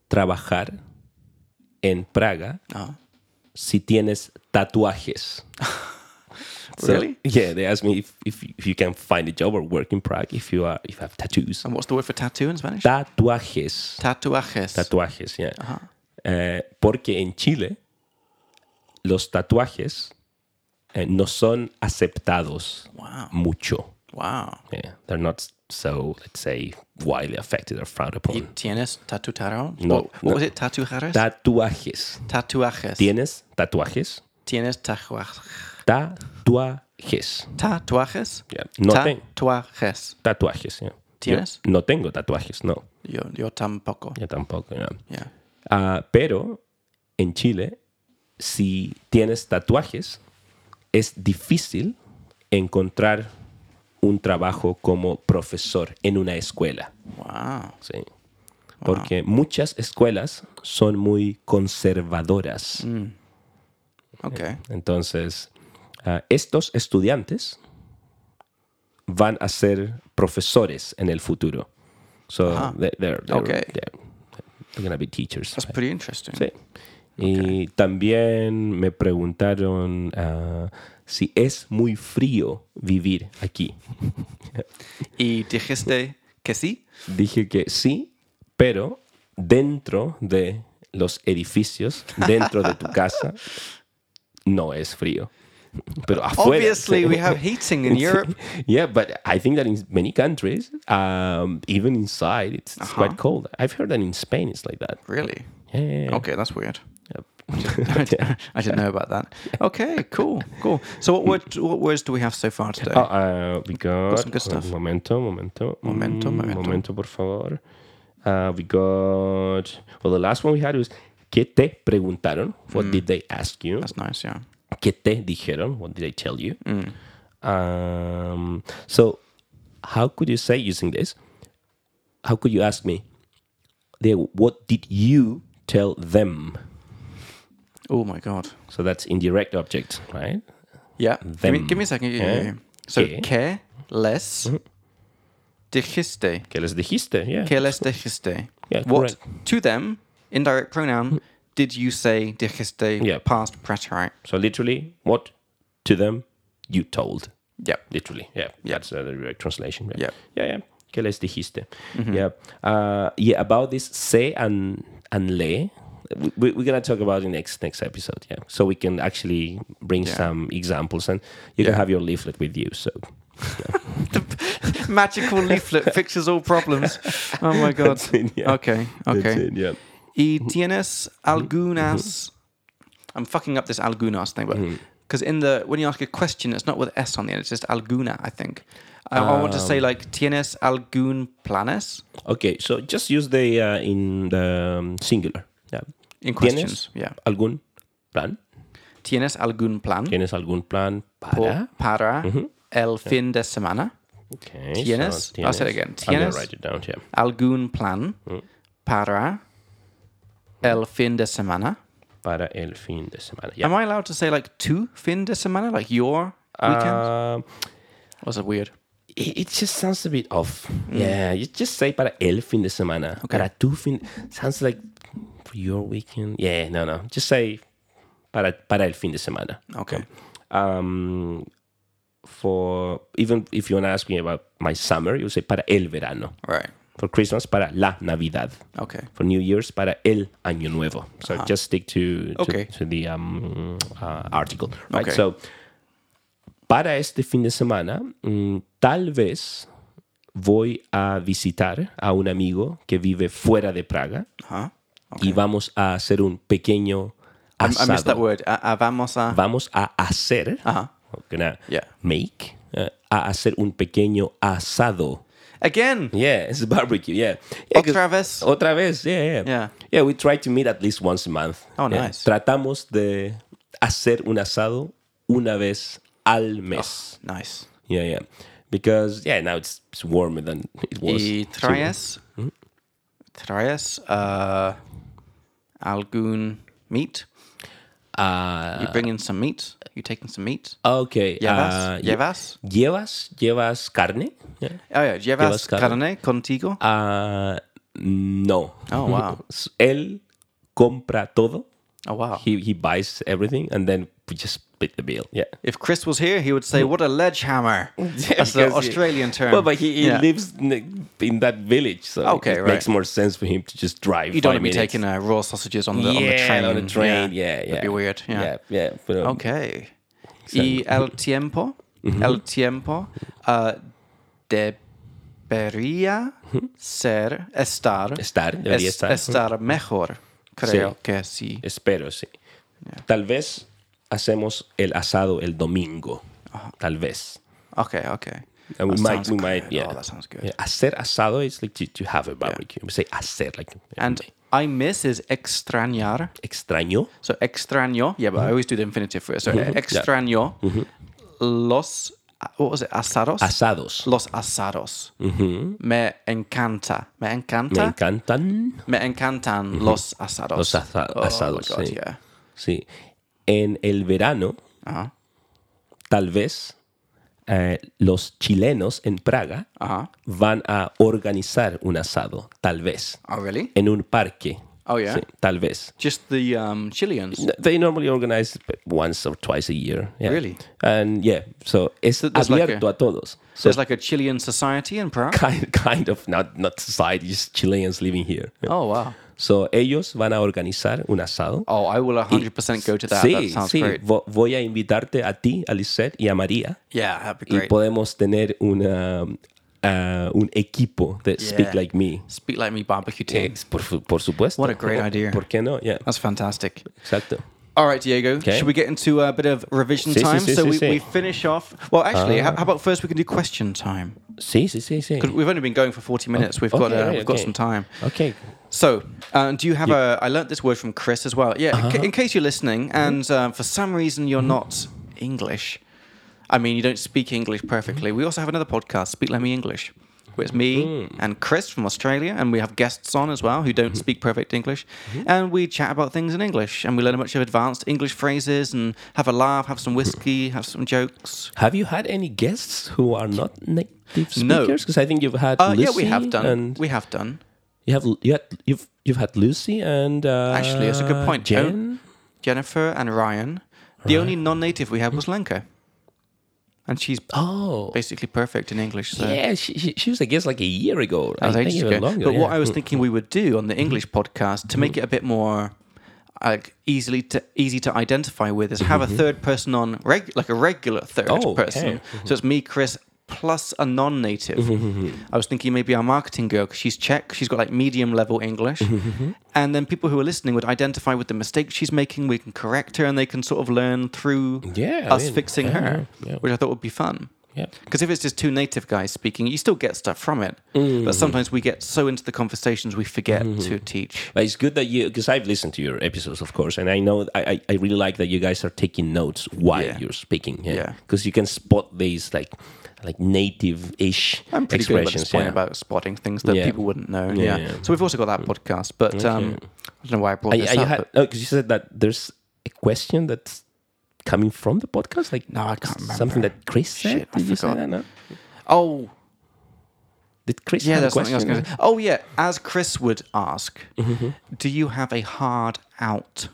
A: trabajar en Praga
B: Oh,
A: si tienes tatuajes. So,
B: really?
A: yeah, they asked me if, if, you- if you can find a job or work in Prague if you are if you have tattoos.
B: And what's the word for tattoo in Spanish?
A: Tatuajes.
B: Tatuajes. Uh-huh.
A: Tatuajes, yeah. Eh, porque en Chile los tatuajes eh, no son aceptados
B: wow.
A: mucho.
B: Wow.
A: Yeah, they're not so let's say widely affected or frowned upon.
B: ¿Tienes tatuajes?
A: Mm. No,
B: What, what
A: no.
B: was it? Tatuajes?
A: Tatuajes.
B: tatuajes.
A: ¿Tienes tatuajes?
B: ¿Tienes tatuajes?
A: Tatuajes.
B: ¿Tatuajes?
A: Yeah. No tengo
B: Tatuajes.
A: tatuajes. yeah. Yo
B: ¿Tienes?
A: no tengo tatuajes, no.
B: Yo, yo tampoco.
A: Yo tampoco. yeah.
B: Yeah.
A: Ah, pero en Chile, si tienes tatuajes, es difícil encontrar un trabajo como profesor en una escuela.
B: Wow.
A: Sí. Porque muchas escuelas son muy conservadoras.
B: Okay.
A: Entonces, ah, estos estudiantes van a ser profesores en el futuro. So, they- they're, they're,
B: Okay.
A: they're, they're gonna be teachers.
B: That's pretty interesting.
A: Sí. Y también me preguntaron ah, si es muy frío vivir aquí.
B: ¿Y dijiste que sí?
A: Dije que sí, pero dentro de los edificios, dentro de tu casa, no es frío. Pero afuera.
B: Obviously,
A: sí.
B: we have heating in Europe.
A: yeah, but I think that in many countries, um, even inside, it's, it's quite cold. I've heard that in Spain it's like that.
B: Really?
A: Yeah, yeah, yeah.
B: Okay, that's weird.
A: Yep.
B: I didn't- I didn't know about that. Okay, cool, cool. So, what word, what words do we have so far today?
A: Oh, uh, we got,
B: some good stuff.
A: Momento, momento, mm,
B: Momento, momento.
A: momento, por favor. Uh, we got. Well, the last one we had was ¿Qué te preguntaron?
B: Mm.
A: What did they ask you?
B: That's nice, yeah.
A: ¿Qué te dijeron? What did they tell you? Um, so, how could you say using this? How could you ask me? They, what did you tell them?
B: Oh my god.
A: So that's indirect object, right?
B: Yeah. Give me,
A: Them.
B: give me a second. Yeah, yeah,
A: Eh?
B: yeah. So,
A: Que.
B: que les dijiste?
A: ¿Qué les dijiste? Yeah.
B: Que les dijiste?
A: Yeah,
B: what to them? Indirect pronoun. Did you say dijiste?
A: Yeah.
B: Past preterite.
A: So literally, what to them you told.
B: Yep.
A: Literally, yeah. That's uh, the direct translation. Yeah.
B: Yeah. Mm-hmm.
A: Yeah, yeah. Que les dijiste? Yeah. Uh, yeah, about this se and, and le, we, we- we're going to talk about in next next episode, yeah. So we can actually bring some examples and you can have your leaflet with you. So
B: Magical leaflet fixes all problems. Oh my god.
A: it, yeah.
B: Okay.
A: that's
B: Okay.
A: it, Mm-hmm. yeah.
B: Y tienes algunas.
A: Mm-hmm.
B: I'm fucking up this algunas thing, but because in the when you ask a question, it's not with s on the end; it's just alguna. I think. I, I want to say
A: Um.
B: like tienes algún planes
A: Okay, so just use the uh, in the um, singular. Yeah.
B: in
A: ¿Tienes
B: questions. Yeah.
A: ¿Algún plan?
B: Tienes algún plan
A: ¿Tienes algún plan
B: po-
A: para? Mm-hmm.
B: para el fin de semana?
A: Okay.
B: Oh. Tienes- I'll say it again.
A: I'm gonna
B: Tienes-
A: write it down here.
B: Algún plan
A: Mm.
B: para el fin de semana?
A: Para el fin de semana. Yeah.
B: Am I allowed to say like tu fin de semana, like your weekend?
A: Um,
B: Was it weird?
A: it, it just sounds a bit off. Yeah, you just say para el fin de semana. Para tu fin. Sounds like for your weekend. Yeah, no, no. Just say para, para el fin de semana.
B: Okay.
A: Um, for even if you want to ask me about my summer, you say para el verano.
B: Right.
A: For Christmas, para la Navidad.
B: Okay.
A: for New Year's para el año nuevo. So just stick to to,
B: Okay.
A: to the um, uh, article, right?
B: Okay.
A: So para este fin de semana, mm, tal vez voy a visitar a un amigo que vive fuera de Praga
B: Huh?
A: y vamos a hacer un pequeño
B: I missed that
A: asado.
B: word. A, a vamos a.
A: Vamos a hacer,
B: Ajá.
A: we're gonna
B: Yeah.
A: make, uh, a hacer un pequeño asado.
B: Again.
A: Yeah, it's a barbecue. Yeah. yeah 'cause-
B: Otra vez.
A: Otra vez. Yeah, yeah.
B: Yeah.
A: we try to meet at least once a month.
B: Oh,
A: Yeah.
B: nice.
A: Tratamos de hacer un asado una vez al mes.
B: Nice.
A: Yeah, yeah. Because yeah, now it's, it's warmer than it was.
B: Y traes.
A: Hmm?
B: Traes uh, algún meat.
A: Uh,
B: You bring in some meat. You taking some meat.
A: okay.
B: Llevas.
A: uh, lle-
B: llevas.
A: llevas llevas carne? Yeah.
B: Oh yeah.
A: llevas
B: Llevas
A: carne.
B: carne contigo.
A: Uh, no.
B: Oh, wow.
A: S- Él compra todo.
B: Oh wow.
A: He he buys everything and then we just split the bill. Yeah.
B: If Chris was here, he would say, "What a ledgehammer." That's
A: Because
B: an
A: he-
B: Australian term.
A: Well, but he, he
B: Yeah.
A: lives ne- in that village, so
B: Okay,
A: it
B: right.
A: makes more sense for him to just drive.
B: You don't want
A: five
B: to be
A: minutes.
B: taking uh, raw sausages on the,
A: yeah,
B: on the train.
A: on the train. Yeah, yeah.
B: That'd be weird. Yeah.
A: yeah. yeah, but, um,
B: Okay. Y el tiempo, el tiempo uh, depende ah, debería ser, estar,
A: Estar, debería
B: es-
A: estar.
B: estar mejor. Creo
A: Sí.
B: que sí.
A: Espero, sí. Tal vez hacemos el asado el domingo. Tal vez.
B: Ok, ok.
A: And Uh, we might,
B: That sounds
A: we might,
B: good.
A: yeah.
B: Oh, that sounds good.
A: Yeah, Hacer asado is like to, to have a barbecue. We say hacer, like.
B: And I miss is extrañar.
A: extraño.
B: So extraño. Yeah, but I always do the infinitive first. So extraño los, ah, what was it, asados?
A: Asados.
B: los asados. Me encanta. Me encanta.
A: Me encantan
B: Me encantan los
A: Mhm.
B: asados.
A: los asa-
B: Oh my
A: asados.
B: God,
A: sí.
B: yeah. Uh-huh.
A: Sí. En el verano,
B: Ajá.
A: tal vez eh, los chilenos en Praga
B: Ajá.
A: van a organizar un asado, tal vez,
B: Oh, really?
A: en un parque.
B: Oh, yeah?
A: Sí, tal vez.
B: Just the um, Chileans.
A: They normally organize once or twice a year. yeah.
B: Really?
A: And yeah, so es
B: there's like
A: abierto a todos.
B: So
A: So
B: there's like a Chilean society in Prague.
A: kind, kind of not not society, just Chileans living here.
B: Oh wow!
A: So ellos van a organizar un asado.
B: Oh, I will 100% go to that.
A: sí,
B: that sounds
A: sí.
B: great.
A: Vo- voy a invitarte a ti, a Lisette y a María.
B: Yeah, that'd be
A: y
B: great.
A: podemos tener una, ah, un equipo de Speak
B: Yeah.
A: Like Me.
B: Speak like me barbecue team.
A: Eh, por, su- por supuesto.
B: What a great
A: ¿Por-
B: idea.
A: ¿Por qué no? Yeah,
B: That's fantastic.
A: exacto.
B: All right, Diego.
A: Okay.
B: Should we get into a bit of revision
A: Sí, sí,
B: time?
A: sí,
B: so
A: sí,
B: we,
A: sí. Ah.
B: we finish off. Well, actually, how, how about first we can do question time?
A: Sí, sí, sí, sí.
B: 'Cause We've only been going for 40 minutes. We've got
A: Okay,
B: uh,
A: right,
B: we've got
A: okay.
B: some time.
A: Okay.
B: So, uh, do you have a? I learnt this word from Chris as well. Yeah, in ca- in case you're listening, and uh, for some reason you're not English, I mean you don't speak English perfectly. We also have another podcast, Speak Like Me English, where it's me and Chris from Australia, and we have guests on as well who don't speak perfect English, and we chat about things in English, and we learn a bunch of advanced English phrases, and have a laugh, have some whiskey, have some jokes.
A: Have you had any guests who are not native
B: No.
A: speakers? Because I think you've had
B: Uh,
A: Lucy
B: yeah, we have done.
A: and
B: we have done.
A: you have you had you've you've had Lucy and uh,
B: Actually, that's a good point. Jo-
A: Jen.
B: Jennifer and Ryan. The only non-native we had was Lenka, and she's
A: Oh,
B: basically perfect in English. So
A: yeah, she, she, she was a guest like a year ago.
B: that was
A: I think
B: ages
A: even
B: ago.
A: longer.
B: but
A: yeah. Mm-hmm.
B: what I was thinking we would do on the English podcast to make it a bit more like easily to easy to identify with is have a third person on reg, like a regular third
A: Mm-hmm. Oh,
B: person.
A: okay.
B: So it's me, Chris. Plus a non-native.
A: Mm-hmm.
B: I was thinking maybe our marketing girl, 'cause she's Czech, she's got like medium-level English,
A: Mm-hmm.
B: and then people who are listening would identify with the mistakes she's making. We can correct her, and they can sort of learn through
A: Yeah, I
B: us
A: mean,
B: fixing
A: Mm. Oh, yeah,
B: her,
A: yeah.
B: which I thought would be fun.
A: Yeah.
B: Because if it's just two native guys speaking, you still get stuff from it.
A: Mm-hmm.
B: But sometimes we get so into the conversations we forget to teach.
A: But it's good that you, because I've listened to your episodes, of course, and I know I, I, I really like that you guys are taking notes while
B: Yeah.
A: you're speaking.
B: Yeah.
A: because you can spot these like like native-ish
B: I'm pretty good at this
A: expressions.
B: point
A: yeah.
B: about spotting things that
A: Yeah.
B: people wouldn't know.
A: Yeah,
B: Yeah.
A: yeah.
B: So we've also got that podcast, but um, I don't know why I brought
A: Are you- are
B: this
A: you
B: up.
A: had,
B: but-
A: no, because you said that there's a question that's coming from the podcast, like
B: No, I can't remember.
A: something that Chris said.
B: Shit, I
A: Did you say
B: forgot.
A: that? No?
B: oh,
A: Did Chris?
B: yeah,
A: have a
B: that's something I was
A: question? Mm-hmm.
B: going to say. Oh, yeah. As Chris would ask, do you have a hard out?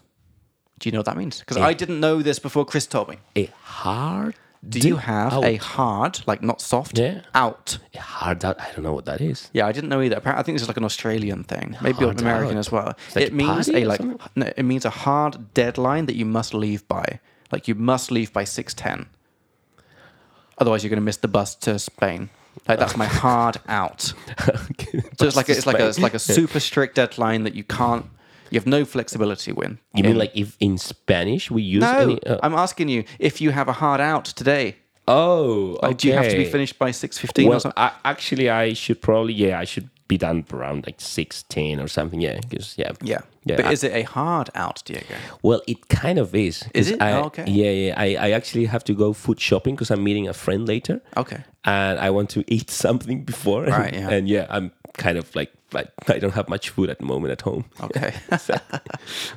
B: Do you know what that means? Because I didn't know this before Chris told me.
A: A hard.
B: Do you have a hard, like not soft,
A: Yeah.
B: out?
A: a hard out? I don't know what that is.
B: Yeah, I didn't know either. Apparently, I think this is like an Australian thing, maybe
A: Hard
B: American
A: out.
B: as well.
A: like
B: it
A: a
B: means
A: party
B: a
A: or
B: like
A: something?
B: no, it means a hard deadline that you must leave by. Like you must leave by six ten. Otherwise, you're going to miss the bus to Spain. Like that's my hard out.
A: Okay.
B: So it's like a, it's like a, it's like a super strict deadline that you can't. You have no flexibility with.
A: You mean like if in Spanish we use
B: No,
A: any? uh,
B: I'm asking you if you have a hard out today.
A: oh,
B: Like, do you have to be
A: okay.
B: finished by six fifteen or
A: Well,
B: something?
A: I, actually, I should probably yeah, I should be done around like six ten or something. Yeah, 'cause, yeah,
B: Yeah.
A: yeah.
B: But
A: I-
B: is it a hard out, Diego?
A: well, it kind of is. 'cause
B: Is it?
A: I,
B: Oh, okay.
A: Yeah, yeah. I, I actually have to go food shopping because I'm meeting a friend later.
B: Okay.
A: And I want to eat something before.
B: Oh. Right, yeah.
A: and yeah, I'm kind of like I, I don't have much food at the moment at home.
B: Okay.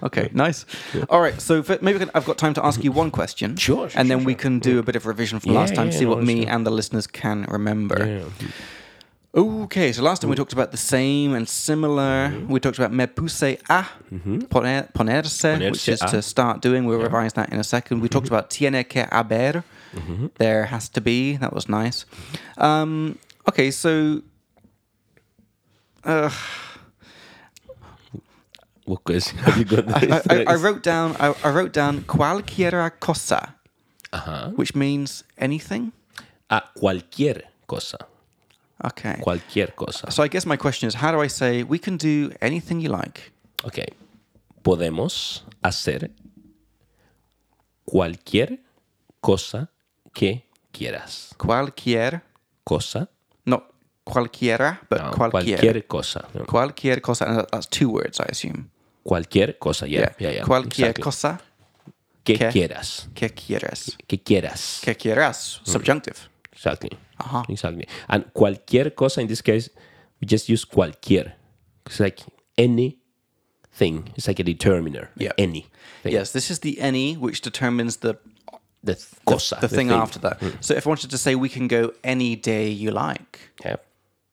B: okay. Nice. All right. So for, maybe we can, I've got time to ask you one question.
A: Sure, sure,
B: and then
A: sure,
B: we
A: sure.
B: can do a bit of revision from
A: Yeah,
B: last time,
A: yeah,
B: see
A: no,
B: what me
A: sure.
B: and the listeners can remember.
A: Yeah. Mm-hmm.
B: Okay. So last time we talked about the same and similar. We talked about me puse a poner, ponerse, which
A: Mm-hmm. Ponerse
B: is
A: a. Mm-hmm.
B: to start doing. We'll revise that in a 2nd We talked about tiene que haber. There has to be. That was nice. Um, okay. So. Uh,
A: What question have you got?
B: I, I, I wrote down I, I wrote down cualquiera cosa,
A: uh-huh.
B: which means anything.
A: A cualquier cosa.
B: Okay.
A: Cualquier cosa.
B: So I guess my question is, how do I say we can do anything you like?
A: Ok. Podemos hacer cualquier cosa que quieras.
B: Cualquier,
A: Cosa.
B: not cualquiera, but
A: no,
B: cualquier.
A: Cualquier cosa. no.
B: Cualquier cosa. and That's two words, I assume.
A: Cualquier cosa. Yeah, yeah, yeah,
B: Cualquier
A: exactly.
B: cosa
A: Que
B: que-
A: quieras.
B: que quieras.
A: Que quieras.
B: Que quieras.
A: Mm.
B: Subjunctive.
A: Exactly.
B: Ajá.
A: Exactly. And cualquier cosa in this case, we just use cualquier. It's like anything. It's like a determiner.
B: Yeah.
A: Any.
B: Yes, this is the any, which determines the
A: Ah, The Mm. th- cosa.
B: the thing after that. So if I wanted to say we can go any day you like,
A: Yeah.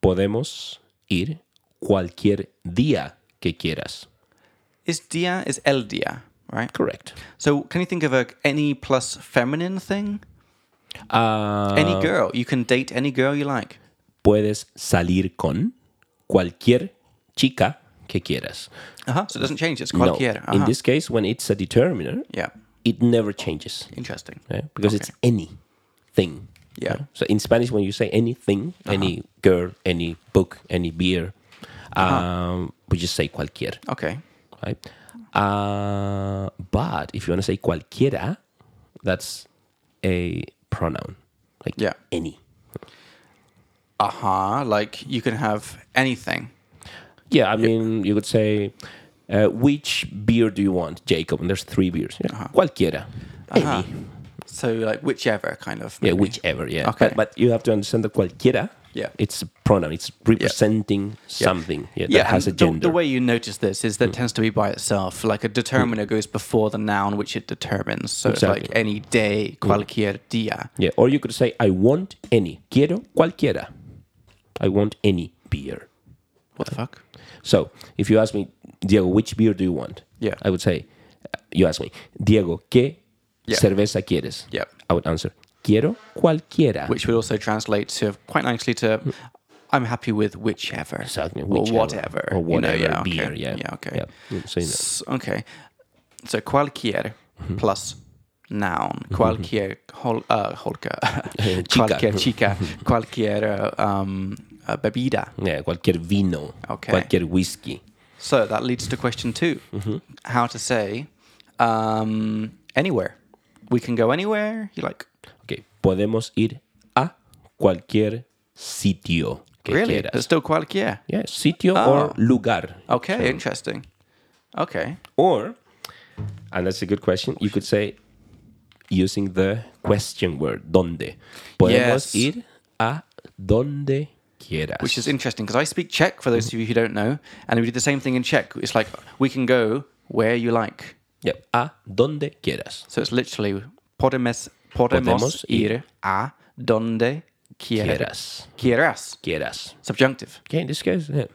A: Podemos ir cualquier día que quieras.
B: is dia is el dia, right?
A: Correct.
B: So can you think of a any plus feminine thing?
A: Ah,
B: Any girl, you can date any girl you like.
A: puedes salir con cualquier chica que quieras.
B: Uh-huh. So it doesn't change. It's
A: No.
B: cualquiera.
A: In
B: Uh-huh.
A: this case, when it's a determiner,
B: yeah,
A: it never changes.
B: interesting.
A: right? Because it's anything.
B: Yeah.
A: right? So in Spanish, when you say anything, any girl, any book, any beer, um, we just say cualquier,
B: Okay.
A: right? Uh, but if you want to say cualquiera, that's a pronoun, like
B: Yeah.
A: any.
B: Uh-huh. Like you can have anything.
A: Yeah, I mean, you could say, uh, which beer do you want, Jacob? And there's three beers. Yeah.
B: Uh-huh.
A: Cualquiera. Any.
B: So like whichever kind of.
A: Yeah,
B: maybe.
A: whichever. Yeah,
B: Uh-huh. Okay.
A: but, but you have to understand that cualquiera.
B: Yeah.
A: it's a pronoun. It's representing something. Yeah, that has a
B: and the-
A: gender. Mm.
B: The, way you notice this is that it tends to be by itself. Like a determiner goes before the noun which it determines. So it's like
A: Exactly. Mm.
B: any day, cualquier dia.
A: yeah, or you could say, "I want any." Quiero cualquiera. I want any beer.
B: What the fuck?
A: So, if you ask me, Diego, which beer do you want?
B: Yeah.
A: I would say, uh, you ask me, Diego, ¿qué
B: Yeah.
A: cerveza quieres?
B: Yeah.
A: I would answer, quiero cualquiera.
B: Which would also translate to quite nicely to I'm happy with whichever.
A: Exactly,
B: Or
A: whichever,
B: whatever.
A: or
B: you know,
A: whatever
B: yeah, okay,
A: beer. Yeah,
B: Yeah, okay.
A: Yeah, Mm, you Mm-hmm. would say that.
B: S- okay. So cualquier plus noun.
A: Mm-hmm.
B: Cualquier hol, uh, holka.
A: Eh,
B: cualquier chica.
A: Mm-hmm.
B: cualquier uh, um, uh, bebida.
A: Yeah, cualquier vino,
B: Okay.
A: cualquier whiskey.
B: So that leads to question 2
A: Mm-hmm.
B: How to say um, anywhere. We can go anywhere you like.
A: Ok, podemos ir a cualquier sitio que
B: really?
A: quieras.
B: There's still cualquier.
A: Yeah, sitio
B: Oh.
A: or lugar.
B: Okay, interesting. Okay.
A: Or, and that's a good question, you could say using the question word, donde. Podemos
B: Yes.
A: ir a donde quieras.
B: Which is interesting because I speak Czech for
A: Mm-hmm.
B: those of you who don't know, and we do the same thing in Czech. It's like we can go where you like.
A: Yeah, a donde quieras.
B: So it's literally podemos, podemos,
A: Podemos
B: ir a donde quieras.
A: Quieras.
B: Quieras.
A: Quieras.
B: Subjunctive.
A: Okay, in this case, yeah.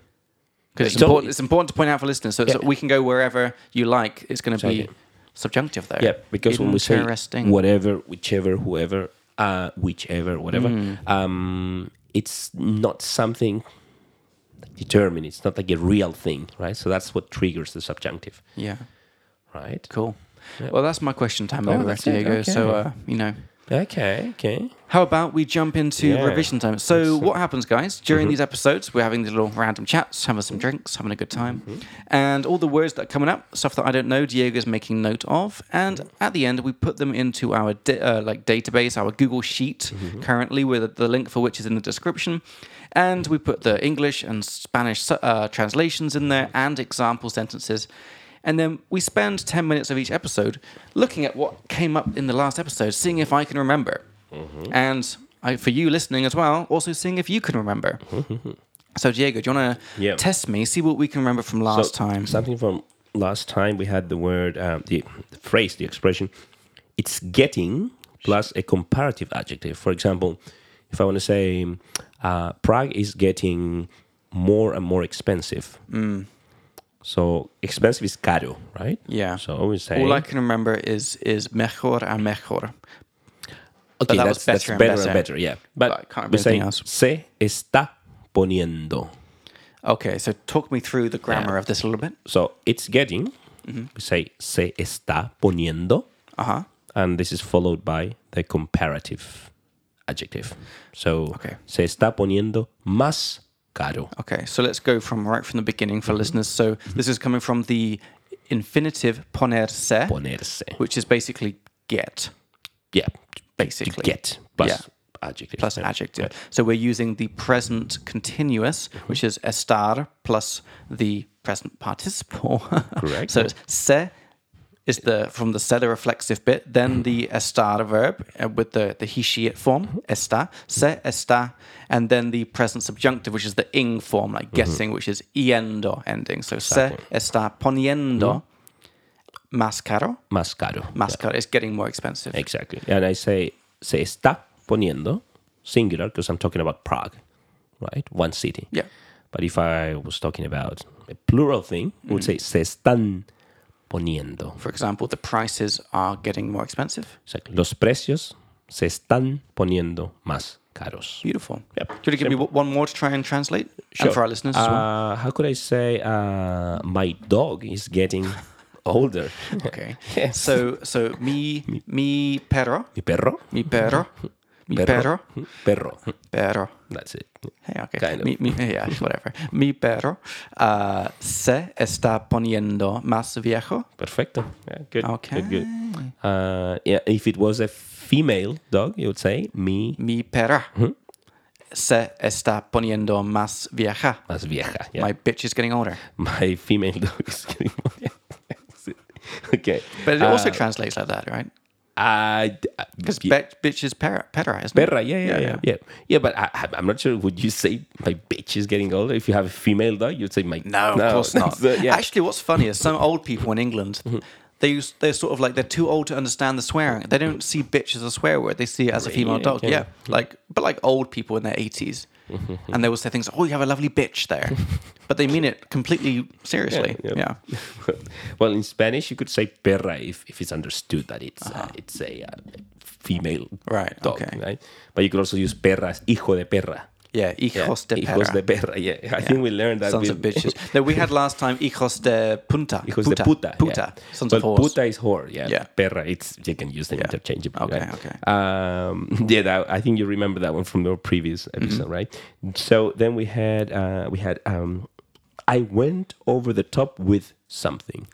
B: Because it's,
A: So-
B: important, it's important to point out for listeners. So it's,
A: Yeah.
B: we can go wherever you like. It's going to be
A: Exactly.
B: subjunctive there.
A: Yeah, because when we say
B: Interesting.
A: whatever, whichever, whoever, uh, whichever, whatever,
B: Hmm.
A: um, it's not something determined. It's not like a real thing, right? So that's what triggers the subjunctive,
B: Yeah.
A: right?
B: Cool. Well, that's my question time over,
A: Oh, that's it,
B: Diego. So,
A: okay.
B: uh, you know.
A: Okay, okay.
B: How about we jump into
A: Yeah.
B: revision time? So, what happens, guys? During these episodes, we're having these little random chats, having some drinks, having a good time, and all the words that are coming up, stuff that I don't know, Diego's making note of, and at the end, we put them into our da- uh, like database, our Google sheet, currently with the link for which is in the description, and we put the English and Spanish su- uh, translations in there and example sentences. And then we spend 10 minutes of each episode looking at what came up in the last episode, seeing if I can remember. And I, for you listening as well, also seeing if you can remember. so, Diego, do you want to
A: Yeah.
B: test me, see what we can remember from
A: So,
B: last time?
A: Something from last time we had the word, um, the, the phrase, the expression, it's getting plus a comparative adjective. For example, if I want to say uh, Prague is getting more and more expensive. So expensive is caro, right?
B: Mm. Yeah.
A: So we say
B: All I can remember is is mejor a mejor.
A: okay,
B: that was
A: that's, that's
B: better and
A: better and
B: better.
A: better, yeah.
B: But I
A: But
B: can't
A: we
B: remember
A: say
B: anything else.
A: se está poniendo.
B: Okay, so talk me through the grammar of this a little bit.
A: So it's getting.
B: Mm-hmm.
A: We say se está poniendo.
B: Uh huh.
A: and this is followed by the comparative adjective. So
B: Okay.
A: se está poniendo más caro.
B: Okay, so let's go from right from the beginning
A: Mm-hmm.
B: for listeners. So this is coming from the infinitive ponerse,
A: Ponerse.
B: which is basically get,
A: Yeah.
B: basically.
A: Get plus
B: Yeah.
A: adjective.
B: plus
A: Yeah. Mm-hmm.
B: adjective. So we're using the present continuous, which is estar plus the present participle.
A: Correct.
B: so it's se is the from the se the reflexive bit, then the
A: Mm-hmm.
B: estar verb uh, with the the he she it form está se está, and then the present subjunctive, which is the ing form,
A: Mm-hmm.
B: like guessing, which is iendo ending. So se está poniendo
A: Mm-hmm.
B: más caro.
A: Más caro.
B: Más caro is getting more expensive.
A: Exactly. And I say se está poniendo singular because I'm talking about Prague, right? One city.
B: Yeah.
A: But if I was talking about a plural thing, I
B: Mm-hmm.
A: would say se están poniendo.
B: For example, the prices are getting more expensive.
A: Exactly. Los precios se están poniendo más caros.
B: Beautiful.
A: Yep.
B: Do you want to give me one more to try and translate? And for our listeners as well.
A: Uh, how could I say uh, my dog is getting older?
B: Okay. So, so mi, mi perro,
A: Mi perro?
B: mi perro, mi perro,
A: Perro.
B: perro.
A: That's it.
B: Hey, okay.
A: Kind of.
B: Mi, mi, yeah, whatever. Mi perro uh, se está poniendo más viejo.
A: Perfecto. Yeah, good.
B: Okay.
A: Good, good. Uh, yeah, if it was a female dog, you would say mi
B: Mi perra
A: Hmm.
B: se está poniendo más vieja.
A: más vieja. Yeah.
B: My bitch is getting older.
A: My, female dog is getting older. That's it. okay. Uh,
B: But it also translates like that, right?
A: I, I-
B: Because
A: Uh, yeah,
B: bitch is perra, perra isn't
A: perra,
B: it?
A: yeah, yeah, yeah, yeah, yeah. but I, I- I'm not sure. Would you say my bitch is getting older? If you have a female dog, you'd say my
B: No, of course not.
A: So, yeah. Mm-hmm.
B: Actually, what's funny is some old people in England, they use, they're sort of like they're too old to understand the swearing. They don't see bitch as a swear word. They see it as a female
A: Really?
B: dog.
A: Okay.
B: Yeah, like but like old people in their 80s and they will say things. Oh, you have a lovely bitch there, but they mean it completely seriously. Yeah.
A: yeah. well, in Spanish, you could say perra if, if it's understood that it's uh, it's a uh, female
B: Right,
A: dog,
B: Uh-huh. okay.
A: right? But you could also use perra as hijo de perra.
B: Yeah,
A: Yeah,
B: hijos de perra.
A: Hijos de perra. Yeah, I think we learned that.
B: Sons
A: with,
B: of bitches. no, we had last time hijos de punta.
A: Hijos de puta.
B: Puta.
A: yeah.
B: Sons
A: well,
B: of horse.
A: puta is whore. Yeah.
B: Yeah.
A: Perra. It's you can use them interchangeably.
B: Okay,
A: right?
B: okay.
A: Um, yeah, that, I think you remember that one from your previous
B: Mm-hmm.
A: episode, right? So then we had uh, we had um, I went over the top with something.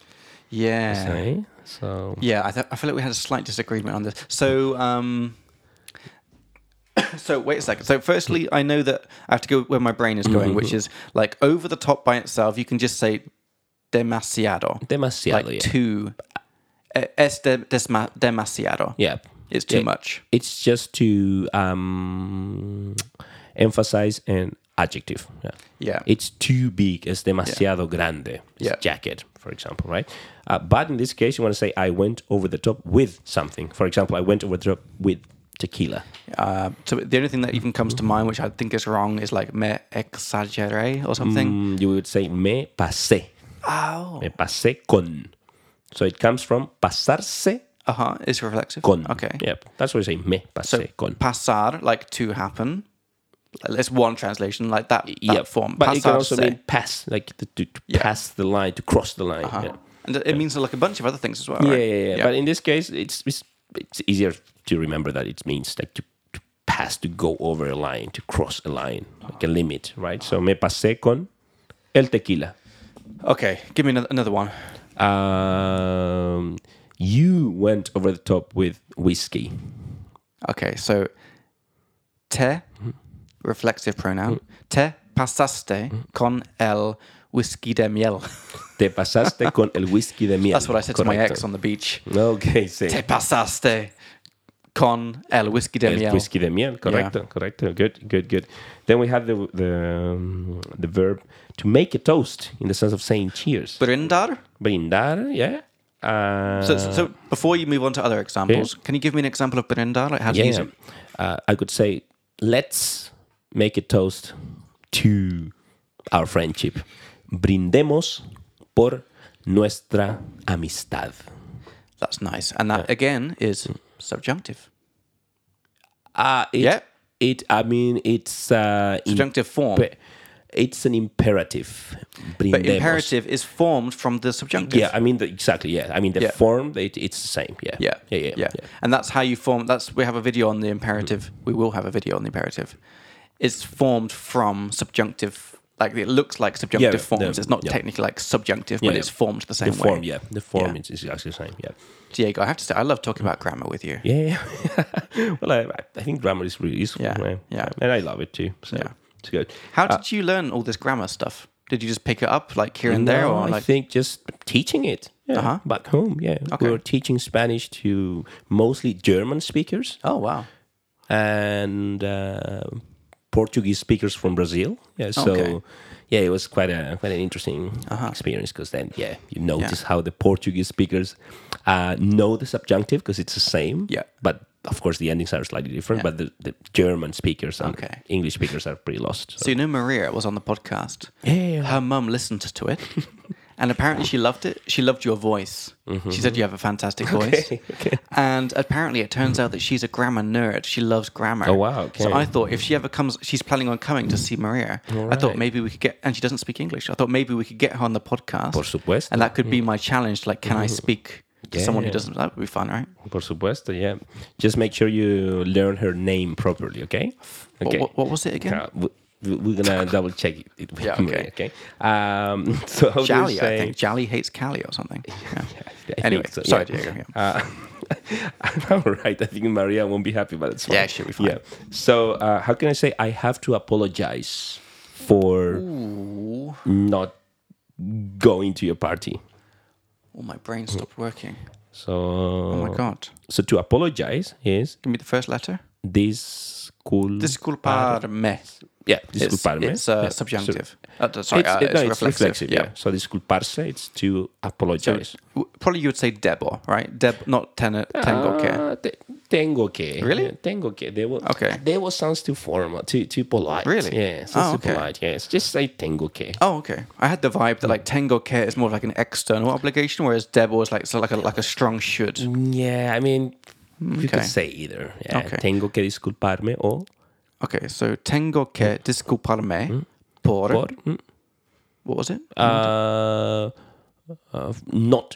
B: Yeah.
A: Okay. So
B: Yeah, I, th- I feel like we had a slight disagreement on this. So, um, so wait a second. So, firstly, I know that I have to go where my brain
A: Mm-hmm,
B: is going, which is like over the top by itself. You can just say demasiado,
A: demasiado.
B: like
A: yeah.
B: too. e, Es de, desma, demasiado.
A: yeah.
B: it's too
A: Yeah.
B: much.
A: It's just to um, emphasize an adjective. Yeah.
B: Yeah.
A: It's too big. It's demasiado grande. It's
B: Yeah.
A: jacket, for example, right? Uh, but in this case, you want to say, I went over the top with something. For example, I went over the top with tequila.
B: Uh, so the only thing that even comes to mind, which I think is wrong, is like me exagere or something.
A: Mm, you would say, me pasé.
B: Oh,
A: Me pasé con. So it comes from pasarse
B: uh huh. It's reflexive.
A: con.
B: Okay.
A: Yep. That's what you say, me pasé con.
B: pasar like to happen. That's one translation, like that, that form.
A: But it can
B: Pasar
A: also
B: se.
A: mean pass, like to, to, to
B: Yeah.
A: pass the line, to cross the line.
B: Uh-huh.
A: Yeah.
B: and it means like a bunch of other things as well.
A: Yeah,
B: right?
A: yeah, yeah, But in this case, it's, it's it's easier to remember that it means like to, to pass, to go over a line, to cross a line, like a limit, right? So me pasé con el tequila.
B: okay, give me ano- another one.
A: Um, you went over the top with whiskey.
B: Okay, so te,
A: Mm-hmm.
B: reflexive pronoun. Te pasaste
A: Mm-hmm.
B: con el whisky de miel.
A: Te pasaste con el whisky de miel.
B: That's what I said to my
A: Correcto.
B: ex on the beach.
A: Okay, sí.
B: Te pasaste con el whisky de
A: El
B: miel.
A: whisky de miel, correcto, correcto. Good, good, good. Then we have the the um, the verb to make a toast in the sense of saying cheers.
B: Brindar.
A: brindar, yeah. Uh,
B: So, so before you move on to other examples, can you give me an example of brindar? Like how to
A: yeah,
B: use
A: yeah.
B: it?
A: Uh, I could say, let's make a toast to our friendship. Brindemos por nuestra amistad.
B: That's nice. And that again is
A: Mm.
B: subjunctive.
A: Uh, it,
B: Yeah.
A: It. I mean, it's uh, in
B: Subjunctive form.
A: pe- It's an imperative.
B: But
A: brindemos.
B: imperative is formed from the subjunctive.
A: Yeah, I mean the, exactly. Yeah, I mean the
B: Yeah.
A: form. It, it's the same. Yeah.
B: Yeah.
A: Yeah. Yeah. yeah. Mm.
B: And that's how you form that's we have a video on the imperative. We will have a video on the imperative. It's formed from subjunctive like it looks like subjunctive
A: yeah,
B: forms.
A: the-
B: it's not
A: yeah.
B: technically like subjunctive,
A: Yeah,
B: but
A: yeah.
B: it's formed the same
A: The form.
B: way.
A: Yeah. The form
B: Yeah.
A: is, is actually the same. Yeah.
B: Diego, I have to say I love talking about grammar with you.
A: Mm. Yeah. yeah. well, I, I think grammar is really useful.
B: Yeah, yeah.
A: And I love it too. So
B: Yeah.
A: it's good.
B: How did you learn all this grammar stuff? Did you just pick it up like here and there
A: No,
B: or
A: I
B: like
A: think just teaching it yeah,
B: Uh-huh.
A: back home. Yeah,
B: Okay.
A: we were teaching Spanish to mostly German speakers
B: Oh wow.
A: and uh, Portuguese speakers from Brazil. Yeah, so
B: Okay. Uh-huh.
A: yeah, it was quite a quite an interesting experience because then yeah, you notice how the Portuguese speakers uh, know the subjunctive because it's the same.
B: Yeah.
A: but of course the endings are slightly different.
B: Yeah.
A: But the, the German speakers and
B: Okay.
A: English speakers are pretty lost.
B: So you know Maria was on the podcast.
A: Yeah, yeah, yeah.
B: Her mum listened to it. And apparently she loved it. She loved your voice. She
A: Mm-hmm.
B: said you have a fantastic voice. And apparently it turns out that she's a grammar nerd. She loves grammar.
A: Oh, wow, okay.
B: So I thought if she ever comes she's planning on coming to see Maria. I thought
A: right.
B: maybe we could get and she doesn't speak English. I thought maybe we could get her on the podcast.
A: Por supuesto.
B: And that could be my challenge. Like, can I speak to
A: Yeah,
B: someone
A: Mm. Mm-hmm.
B: who
A: yeah.
B: doesn't that would be fun, right?
A: Por supuesto, yeah. Just make sure you learn her name properly, okay?
B: What, what, what was it again?
A: Uh, we- we- we're gonna double check it. with
B: Yeah,
A: Maria,
B: okay.
A: okay. Um, so how do you
B: Jolly, I
A: say-
B: think. Jolly hates Cali or something.
A: I
B: Yeah.
A: think
B: anyway,
A: so,
B: sorry,
A: yeah.
B: Diego. yeah.
A: Uh, all right, I think Maria won't be happy, but it's fine.
B: Yeah, she'll be fine.
A: Yeah. So uh, how can I say I have to apologize for not going to your party?
B: Oh, my brain stopped working.
A: So
B: Oh my god.
A: so to apologize is
B: Give me the first letter.
A: discul.
B: Disculparme.
A: yeah,
B: It's,
A: disculparme.
B: it's uh,
A: Yeah.
B: subjunctive. Uh, d- sorry,
A: it's,
B: uh,
A: it-
B: it's,
A: no, it's
B: reflexive.
A: yeah. So disculparse, it's to apologize.
B: W- Probably you would say debo, right? Deb, not ten, tengo que.
A: Ah, te- tengo que.
B: Really?
A: Yeah, tengo que. They will,
B: Okay.
A: They will sounds too formal, too too polite.
B: Really?
A: Yeah. Sounds
B: Oh,
A: too
B: okay.
A: polite. Yes. Just say tengo que.
B: Oh, okay. I had the vibe that like tengo que is more of like an external obligation, whereas debo is like so like a like a strong should.
A: Yeah. I mean, you
B: okay.
A: could say either. Yeah,
B: Okay.
A: Tengo que disculparme or
B: Okay, so tengo que disculparme por,
A: or mm,
B: what was it?
A: uh, uh, not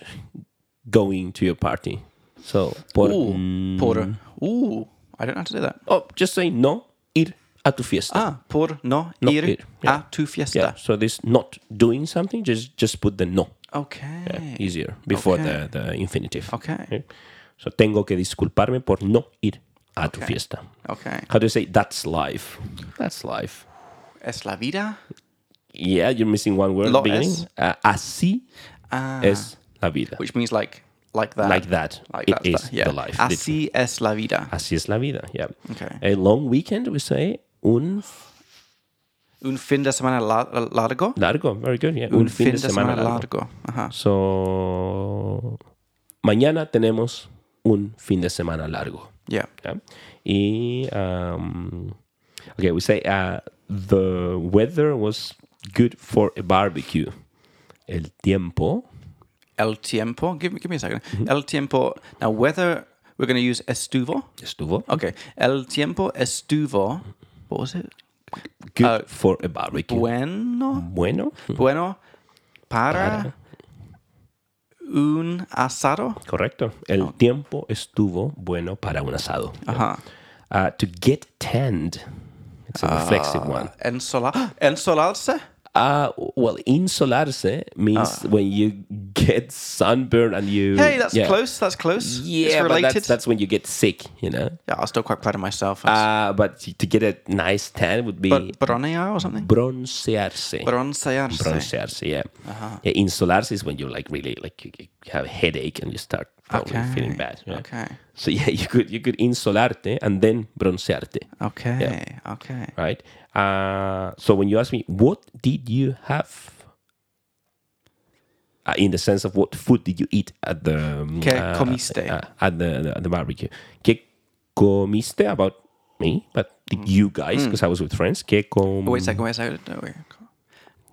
A: going to your party. So por Mm.
B: Ooh, por. Ooh, I don't know how to do that.
A: oh, just say no ir a tu fiesta.
B: Ah, por no,
A: No
B: ir,
A: ir, yeah.
B: a tu fiesta.
A: Yeah. So this not doing something, just just put the no
B: Okay.
A: easier before
B: Okay.
A: the, the infinitive.
B: Okay.
A: Okay. So ¿Eh? tengo que disculparme por no ir a tu
B: Okay.
A: fiesta.
B: Okay.
A: How do you say that's life? That's life.
B: Es la vida.
A: Yeah, you're missing one word at the
B: Lo
A: beginning.
B: es.
A: Uh, así
B: Ah,
A: es la vida.
B: which means like like that.
A: like that.
B: Like
A: it
B: that.
A: is
B: that- yeah.
A: the life. Literally.
B: Así es la vida.
A: Así es la vida. Yeah.
B: Okay.
A: A long weekend, we say un
B: Un fin de semana la- largo.
A: largo. Very good. Yeah.
B: Un fin de semana
A: largo.
B: largo. Ajá.
A: So, mañana tenemos un fin de semana largo.
B: Yeah.
A: Yeah. Y, um, okay, we say uh, the weather was good for a barbecue. El tiempo.
B: El tiempo. Give me give me a 2nd
A: Mm-hmm.
B: El tiempo. Now whether we're going to use estuvo.
A: Estuvo
B: Okay. El tiempo estuvo. What was it?
A: good
B: uh,
A: for a barbecue.
B: Bueno.
A: ah, bueno.
B: Bueno. Para un asado.
A: Correcto. El tiempo estuvo bueno para un asado.
B: Ajá.
A: Uh, to get tanned. It's a reflexive one.
B: Ensola- Ensolarse.
A: Uh, well, insolarse means when you get sunburn and you.
B: Hey, that's
A: yeah.
B: close. That's close. it's
A: Yeah, but
B: related.
A: that's, that's when you get sick, you know.
B: Yeah, I'm still quite proud of myself.
A: Uh, but to to get a nice tan would be
B: but Bronia or something?
A: broncearse.
B: Broncearse. Uh-huh.
A: Broncearse, yeah. yeah. Insolarse is when you like really like you you have a headache and you start probably
B: Okay.
A: feeling bad. yeah.
B: Okay.
A: So yeah, you could you could insolarte and then broncearte,
B: Okay. Okay.
A: right? Uh, so when you ask me what did you have, uh, in the sense of what food did you eat at the um,
B: Que
A: uh,
B: comiste?
A: uh, at the, the the barbecue? Que comiste about me, but did you guys? Because I was with friends. Que com
B: Mm. Oh, Wait a second. Wait a second. No, wait.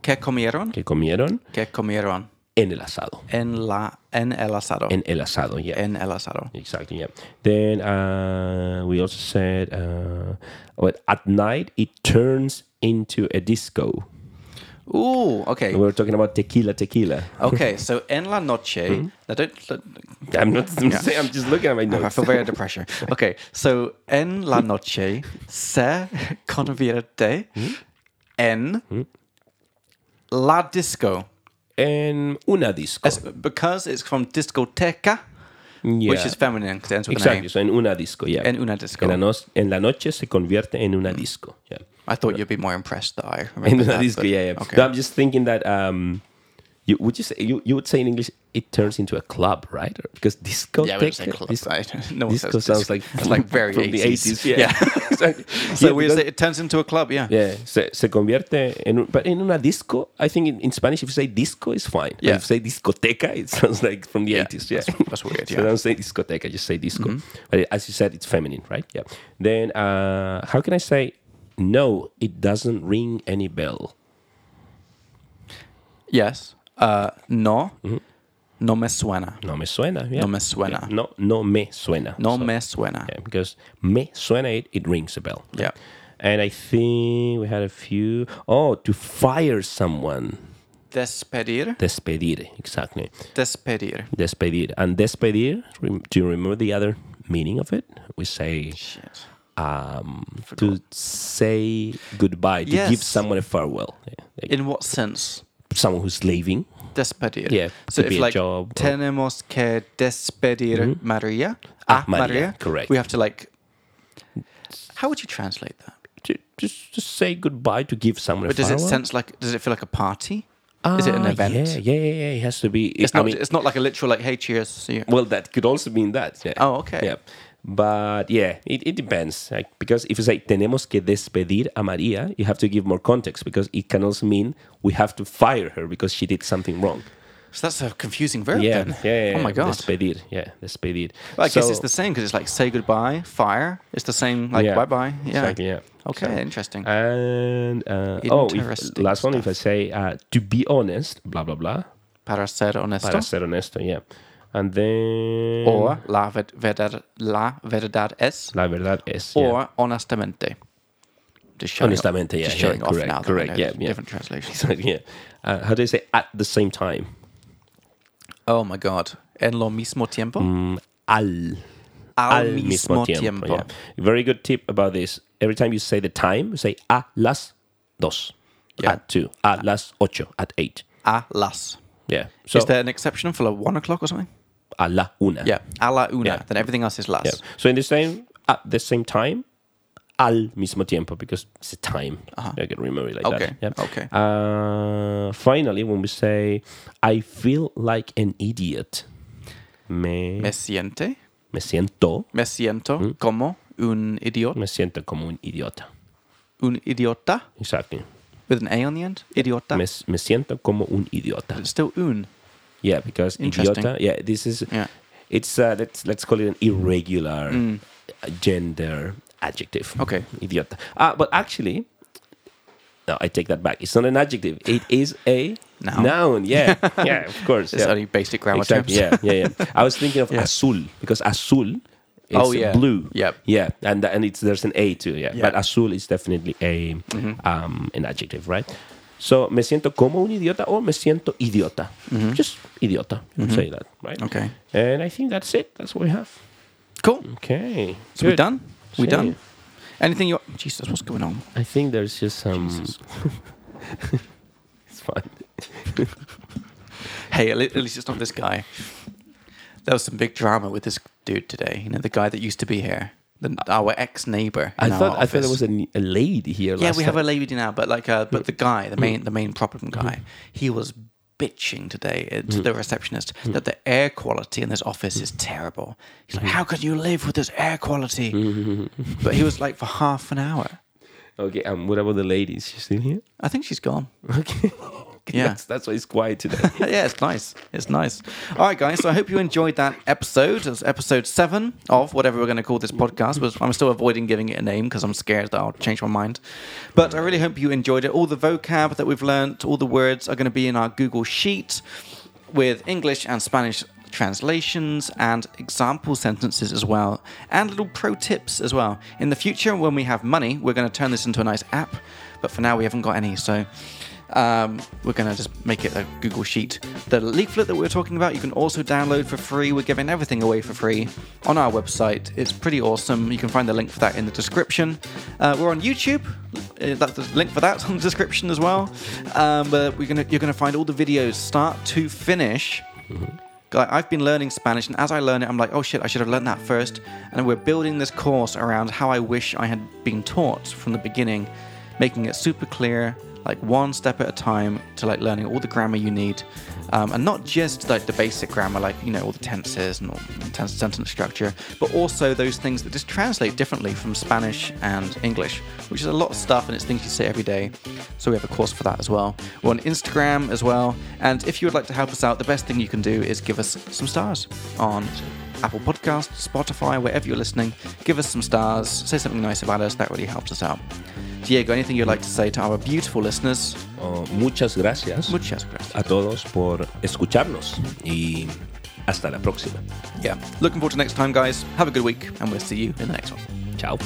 B: ¿Qué comieron?
A: que comieron
B: ¿Qué comieron?
A: en el asado.
B: En la en el asado.
A: En el asado, yeah.
B: En el asado.
A: Exactly, yeah. Then uh, we also said, uh, well, at night it turns into a disco.
B: Ooh, okay.
A: We were talking about tequila, tequila.
B: Okay, so en la noche.
A: Hmm?
B: Now don't.
A: I'm not I'm,
B: Yeah.
A: saying, I'm just looking at my
B: I
A: notes.
B: feel very under pressure. Okay, so en la noche se convierte
A: Hmm?
B: en la disco.
A: And una disco.
B: As- because it's from discoteca,
A: Yeah.
B: which is feminine because it ends with an
A: Exactly.
B: A.
A: So en una disco, yeah.
B: En una disco. Mm.
A: En la, nos- en la noche se convierte en una disco. Yeah.
B: I thought you'd be more impressed that I
A: En
B: remember
A: una
B: that.
A: disco,
B: but-
A: yeah, yeah.
B: Okay.
A: No, I'm just thinking that um, you would you say you, you would say in English it turns into a club, right? Or- Because disco.
B: yeah, we don't say club. right? no one
A: disco
B: says
A: sounds
B: disco.
A: like
B: it's like very
A: from the 80s. Yeah. exactly.
B: so
A: Yeah,
B: we
A: because-
B: say it turns into a club. Yeah.
A: Yeah, se, se convierte en un, but in una disco. I think in, in Spanish, if you say disco, it's fine. But
B: Yeah.
A: if you say discoteca, it sounds like from the
B: Yeah,
A: 80s. Yeah.
B: that's- that's weird,
A: So
B: yeah. Mm-hmm.
A: don't say discoteca, just say disco. But as you said, it's feminine, right? Yeah. Then uh, how can I say, no, it doesn't ring any bell?
B: Yes. Uh, no. No me suena.
A: No me suena. Mm-hmm. Yeah.
B: No me suena.
A: Yeah. No, no me suena.
B: No
A: So,
B: me suena.
A: yeah, because me suena, it, it rings a bell.
B: Yeah.
A: And I think we had a few. Oh, to fire someone.
B: Despedir.
A: Despedir, exactly.
B: Despedir.
A: despedir. And despedir, rem- do you remember the other meaning of it? We say
B: Shit.
A: um, to say goodbye, to
B: Yes.
A: give someone a farewell. Yeah. Like
B: In what sense?
A: someone who's leaving.
B: Despedir.
A: Yeah,
B: So
A: could
B: if
A: be a
B: like
A: job or-
B: tenemos que despedir Maria,
A: Ah,
B: a
A: Maria,
B: Maria,
A: correct.
B: We have to like. How would you translate that?
A: To, just, just say goodbye to give someone
B: But
A: a
B: does it
A: farewell.
B: sense like? Does it feel like a party? is it an
A: Ah,
B: event?
A: Yeah, yeah, yeah, yeah. It has to be.
B: It's not.
A: I mean,
B: it's not like a literal like. Hey, cheers. See you.
A: well, that could also mean that. Yeah.
B: Oh, okay.
A: Yeah. But yeah, it, it depends. Like, because if you say tenemos que despedir a María, you have to give more context because it can also mean we have to fire her because she did something wrong.
B: So that's a confusing verb.
A: Yeah,
B: Then.
A: yeah, yeah.
B: Oh my
A: yeah.
B: god.
A: Despedir, yeah, despedir.
B: Well, I guess
A: So-
B: it's the same because it's like say goodbye, fire. It's the same like
A: Yeah,
B: bye bye. Yeah.
A: Exactly, yeah.
B: Okay.
A: So-
B: interesting.
A: and uh, oh, if,
B: Interesting
A: last one. If I say uh, to be honest, blah blah blah,
B: Para ser honesto.
A: para ser honesto, yeah, and then
B: or la ved- verdad, la verdad es.
A: la verdad es yeah.
B: Or honestamente. Just showing off-
A: Honestamente, yeah,
B: Just
A: yeah,
B: showing off
A: correct,
B: now. that I
A: correct,
B: know
A: yeah,
B: the
A: yeah.
B: Different translations.
A: So, yeah. Uh, how do you say at the same time?
B: Oh my god. En lo mismo tiempo.
A: Al
B: Mm. al,
A: al mismo tiempo. yeah. Very good tip about this. Every time you say the time, say a las dos,
B: Yeah.
A: at two, a las ocho, at eight.
B: A las.
A: Yeah. So
B: is there an exception for like one o'clock or something?
A: a la una.
B: Yeah. A la una.
A: Yeah.
B: Then everything else is las.
A: Yeah. So in the same at the same time, al mismo tiempo because it's a time. I can remember it like
B: Uh-huh. Okay,
A: that. Yeah.
B: okay.
A: Uh, finally, when we say, I feel like an idiot. Me,
B: Me siente.
A: me siento.
B: Me siento como un idiota.
A: Me siento como un idiota.
B: Un idiota.
A: Exactly.
B: With an A on the end? Idiota.
A: Me, s- me siento como un idiota.
B: It's still un.
A: Yeah, because
B: Interesting.
A: idiota. Yeah, this is.
B: Yeah. Mm.
A: It's uh, let's let's call it an irregular uh, gender adjective.
B: Okay.
A: Idiota. Uh, but actually, no, I take that back. It's not an adjective. It is a
B: Noun.
A: Yeah, yeah, of course.
B: It's
A: yeah.
B: only basic grammar
A: Exactly.
B: terms.
A: Yeah, yeah, yeah. I was thinking of
B: Yeah.
A: azul because azul is
B: Oh, yeah.
A: blue.
B: Yep.
A: Yeah, and and it's there's an a too. Yeah,
B: Yeah. Mm-hmm.
A: but azul is definitely a um, an adjective, right? So me siento como un idiota or me siento idiota. Just idiota. You would say that, right?
B: Mm-hmm. Okay.
A: And I think that's it. That's what we have.
B: Cool.
A: Okay.
B: So we're
A: Good.
B: done. We're
A: See
B: done.
A: you.
B: Anything you. Jesus, what's going on?
A: I think there's just some. it's fine.
B: Hey, at le- at least it's not this guy. There was some big drama with this dude today. You know, the guy that used to be here, the, our ex neighbor.
A: I thought I thought there was a, n- a lady here.
B: Yeah,
A: last
B: we have
A: time. Mm-hmm.
B: a lady now, but like, uh, but the guy, the main, the main problem guy, he was bitching today uh,
A: Mm-hmm.
B: to the receptionist that the air quality in this office is terrible. He's
A: Mm-hmm.
B: like, "How could you live with this air quality?" but he was like for half an hour.
A: Okay. Um. What about the ladies? She's still here.
B: I think she's gone.
A: Okay.
B: Yeah.
A: That's, that's why it's quiet today.
B: yeah, it's nice. It's nice. All right, guys. So I hope you enjoyed that episode. It's episode seven of whatever we're going to call this podcast. But I'm still avoiding giving it a name because I'm scared that I'll change my mind. But I really hope you enjoyed it. All the vocab that we've learned, all the words are going to be in our Google Sheet with English and Spanish translations and example sentences as well and little pro tips as well in the future when we have money we're going to turn this into a nice app but for now we haven't got any so Um, we're going to just make it a Google Sheet. The leaflet that we were talking about, you can also download for free. We're giving everything away for free on our website. It's pretty awesome. You can find the link for that in the description. Uh, we're on YouTube. Uh, That's the link for that's on the description as well. Um, but we're gonna, you're going to find all the videos start to finish. Like, I've been learning Spanish, and as I learn it, I'm like, oh shit, I should have learned that first. And we're building this course around how I wish I had been taught from the beginning, making it super clear, like one step at a time, to like learning all the grammar you need, um, and not just like the basic grammar, like you know all the tenses and all the tense sentence structure, but also those things that just translate differently from Spanish and English, which is a lot of stuff, and it's things you say every day. So we have a course for that as well. We're on Instagram as well. And if you would like to help us out, the best thing you can do is give us some stars on Apple Podcasts, Spotify, wherever you're listening. Give us some stars, say something nice about us. That really helps us out. Diego, anything you'd like to say to our beautiful listeners?
A: Oh, muchas gracias
B: Muchas gracias.
A: a todos por escucharnos y hasta la próxima.
B: Yeah. Looking forward to next time, guys. Have a good week, and we'll see you in the next one.
A: Chao.